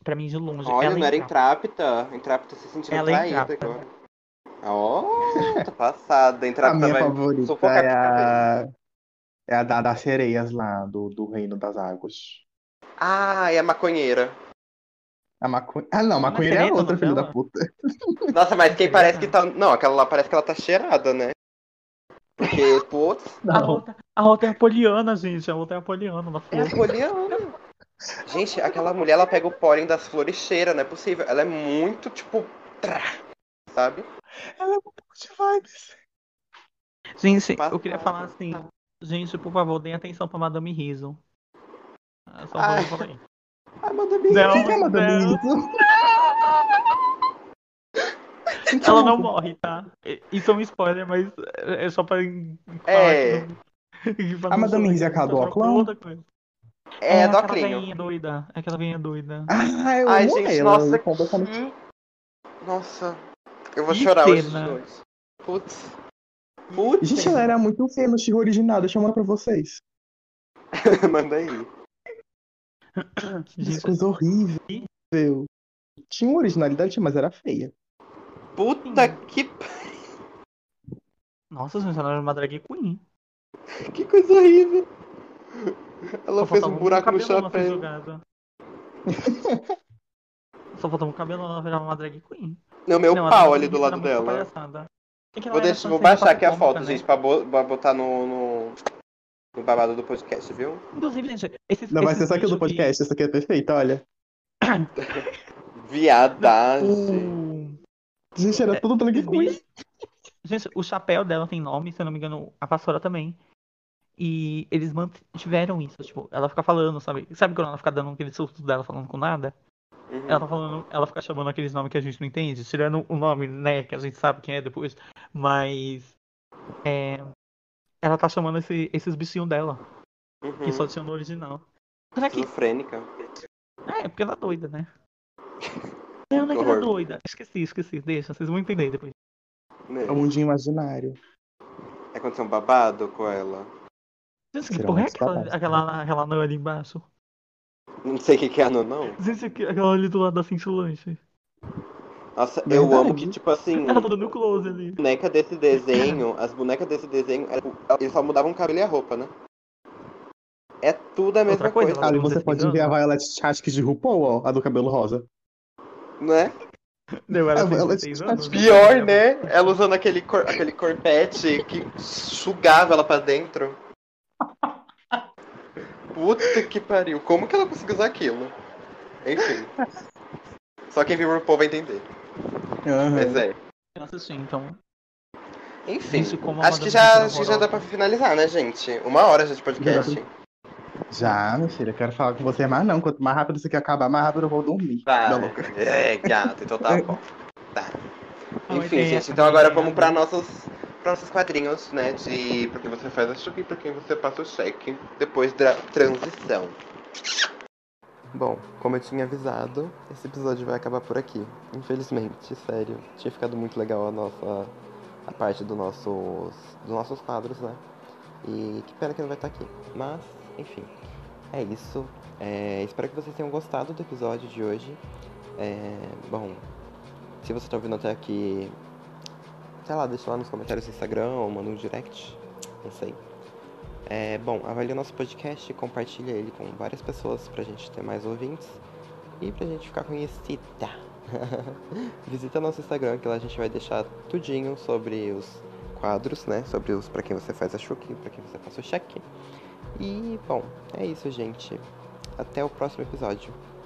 B: Pra mim, de longe.
A: Olha,
B: ela
A: não era
B: entrava.
A: Intrapta. Intrapta se sentiu
B: Ela é
A: traída
B: Intrapta.
A: agora. Ó, tá passada.
C: A
A: Intrapta
C: minha
A: vai
C: favorita
A: sufocar
C: é
A: a
C: a. É a da, das sereias lá, do, do Reino das Águas.
A: Ah, é a maconheira.
C: A maconha. Ah, não, a maconha é
B: sereia
C: a
B: tá
C: outra,
B: no
C: filho da
B: dela?
C: puta.
A: Nossa, mas quem
B: Maconheira?
A: parece que tá. Não, aquela lá parece que ela tá cheirada, né? Porque, putz,
B: A
C: Não.
B: outra, a outra é a Poliana, gente. A outra é a Poliana. Ela
A: é a
B: falou.
A: poliana. Gente, aquela mulher, ela pega o pólen das flores e cheira, não é possível. Ela é muito, tipo, trá, sabe?
C: Ela é muito de vibes.
B: Gente, eu
A: Passada.
B: queria falar assim. Gente, por favor, deem atenção pra Madame Riso. Ah, Só
A: Ai.
B: vou falar aí.
A: [laughs] Ai, manda bem.
B: Não,
C: Quem que é a Madame
B: não.
C: Liso?
B: Ela não morre, tá? E- Isso é um spoiler, mas é é só pra.
A: É.
B: [laughs] A
C: A Madame Riso é aquela do óculos?
A: É, do
B: aquela
A: Oclinho.
B: veinha doida. é Aquela veinha doida.
C: Ah, eu
A: Ai,
C: amo
A: gente,
C: ela.
A: nossa,
C: completamente-
A: que- Nossa. Eu vou
B: Que
A: chorar hoje de
B: pena.
A: noite. Putz. Putz.
C: Gente,
A: [laughs]
C: ela é era muito feia no Shiro original, deixa eu mandar pra vocês.
A: Manda aí.
C: Gente,
A: Ah,
B: Gente,
C: coisa horrível. Tinha uma originalidade, tinha, mas era feia.
A: Puta que, p-
B: Nossa, gente, ela era uma drag queen.
A: que coisa horrível. Ela
B: Só
A: fez
B: faltava
A: um buraco no
B: cabelão, ela fez
A: chapéu. [laughs]
B: jogada. Só faltava um cabelão, ela virava uma drag queen.
A: Não, meu
B: Não, tá
A: um
B: a
A: pau
B: Dona
A: ali do
B: Luísa
A: lado
B: era muito
A: dela.
B: palhaçada. Quem que ela
A: Vou,
B: Então era
A: deixar, vou
B: francesa
A: baixar aqui a
B: platômica,
A: foto,
B: né?
A: gente, pra, bo- pra botar no, no- no babado do podcast, viu?
B: Inclusive, gente, esses.
C: Não vai
B: esses
C: ser só aquilo do
B: vídeos que-
C: podcast, isso aqui é perfeito, olha.
A: Viadagem.
C: Uh, gente, era tudo
B: é
C: drag queen.
B: Gente, o chapéu dela tem nome, se eu não me engano, a vassoura também. E eles mantiveram isso, tipo, ela fica falando, sabe? Sabe quando ela fica dando aquele surto dela falando com nada?
A: Uhum.
B: Ela tá falando, ela fica chamando aqueles nomes que a gente não entende, tirando o nome, né, que a gente sabe quem é depois, mas é, ela tá chamando esse- esses bichinhos dela,
A: Uhum.
B: que só tinha no original. Será que
A: Esquizofrênica.
B: é, porque ela é doida,
A: [laughs]
B: né? Não, não é que ela é
A: Horror.
B: doida. Esqueci, esqueci. Deixa, vocês vão entender depois.
A: Né?
C: É um mundinho imaginário.
A: Aconteceu um babado com ela.
B: Gente, que
C: Será
B: porra é
C: mais
B: aquela,
C: babado.
A: né?
B: aquela, aquela anã ali embaixo?
A: Não sei o que, que é ano, não.
B: Gente, aqu- aquela ali do lado da cintilante.
A: Nossa, eu
C: Verdade.
A: amo que, tipo assim,
B: Ela tá dando close ali.
A: boneca desse desenho, as bonecas desse desenho, era- tipo, eles só mudavam o cabelo e a roupa, né? É tudo a mesma
B: Outra coisa,
A: coisa,
B: ela-
C: Ali
B: não
C: você
B: tá
C: pode
B: explicando?
C: ver a Violet Chachki de RuPaul, ó, a do cabelo rosa.
A: né?
B: Deu ela
C: Ah,
B: tem
C: ela-
B: 16 anos.
A: tá Pior, né? Ela usando aquele, cor- aquele corpete que sugava ela pra dentro. Puta que pariu. Como que ela conseguiu usar aquilo? Enfim. Só quem viu o povo vai entender. Mas é.
B: Criança, sim, então.
A: Enfim.
B: Isso como uma
A: Acho que,
B: das
A: já,
B: coisas
A: acho que já dá pra
B: horrorosas.
A: finalizar, né, gente? Uma hora já de podcast.
C: Já, minha filha, eu quero falar com você mais não. Quanto mais rápido isso aqui acabar, mais rápido eu vou dormir.
A: Tá.
C: Não, louca.
A: É, gato. Então tá bom. Tá.
B: Não,
A: Enfim,
B: é que-
A: gente, então agora vamos para nossos, pra nossos quadrinhos, né? De porque você faz a chuva e pra quem você passa o cheque. Depois da transição. Bom, como eu tinha avisado, esse episódio vai acabar por aqui. Infelizmente, sério. Tinha ficado muito legal a nossa. a parte do nossos, dos nossos quadros, né? E que pena que não vai estar aqui. Mas, enfim. É isso. É, espero que vocês tenham gostado do episódio de hoje. É, bom, se você tá ouvindo até aqui, sei lá, deixa lá nos comentários do Instagram ou manda um direct, não sei. É, bom, avalie o nosso podcast, compartilha ele com várias pessoas pra gente ter mais ouvintes e pra gente ficar conhecida. [laughs] Visita nosso Instagram que lá a gente vai deixar tudinho sobre os quadros, né? Sobre os pra quem você faz a chuque, pra quem você passa o cheque. E, bom, é isso, gente. Até o próximo episódio.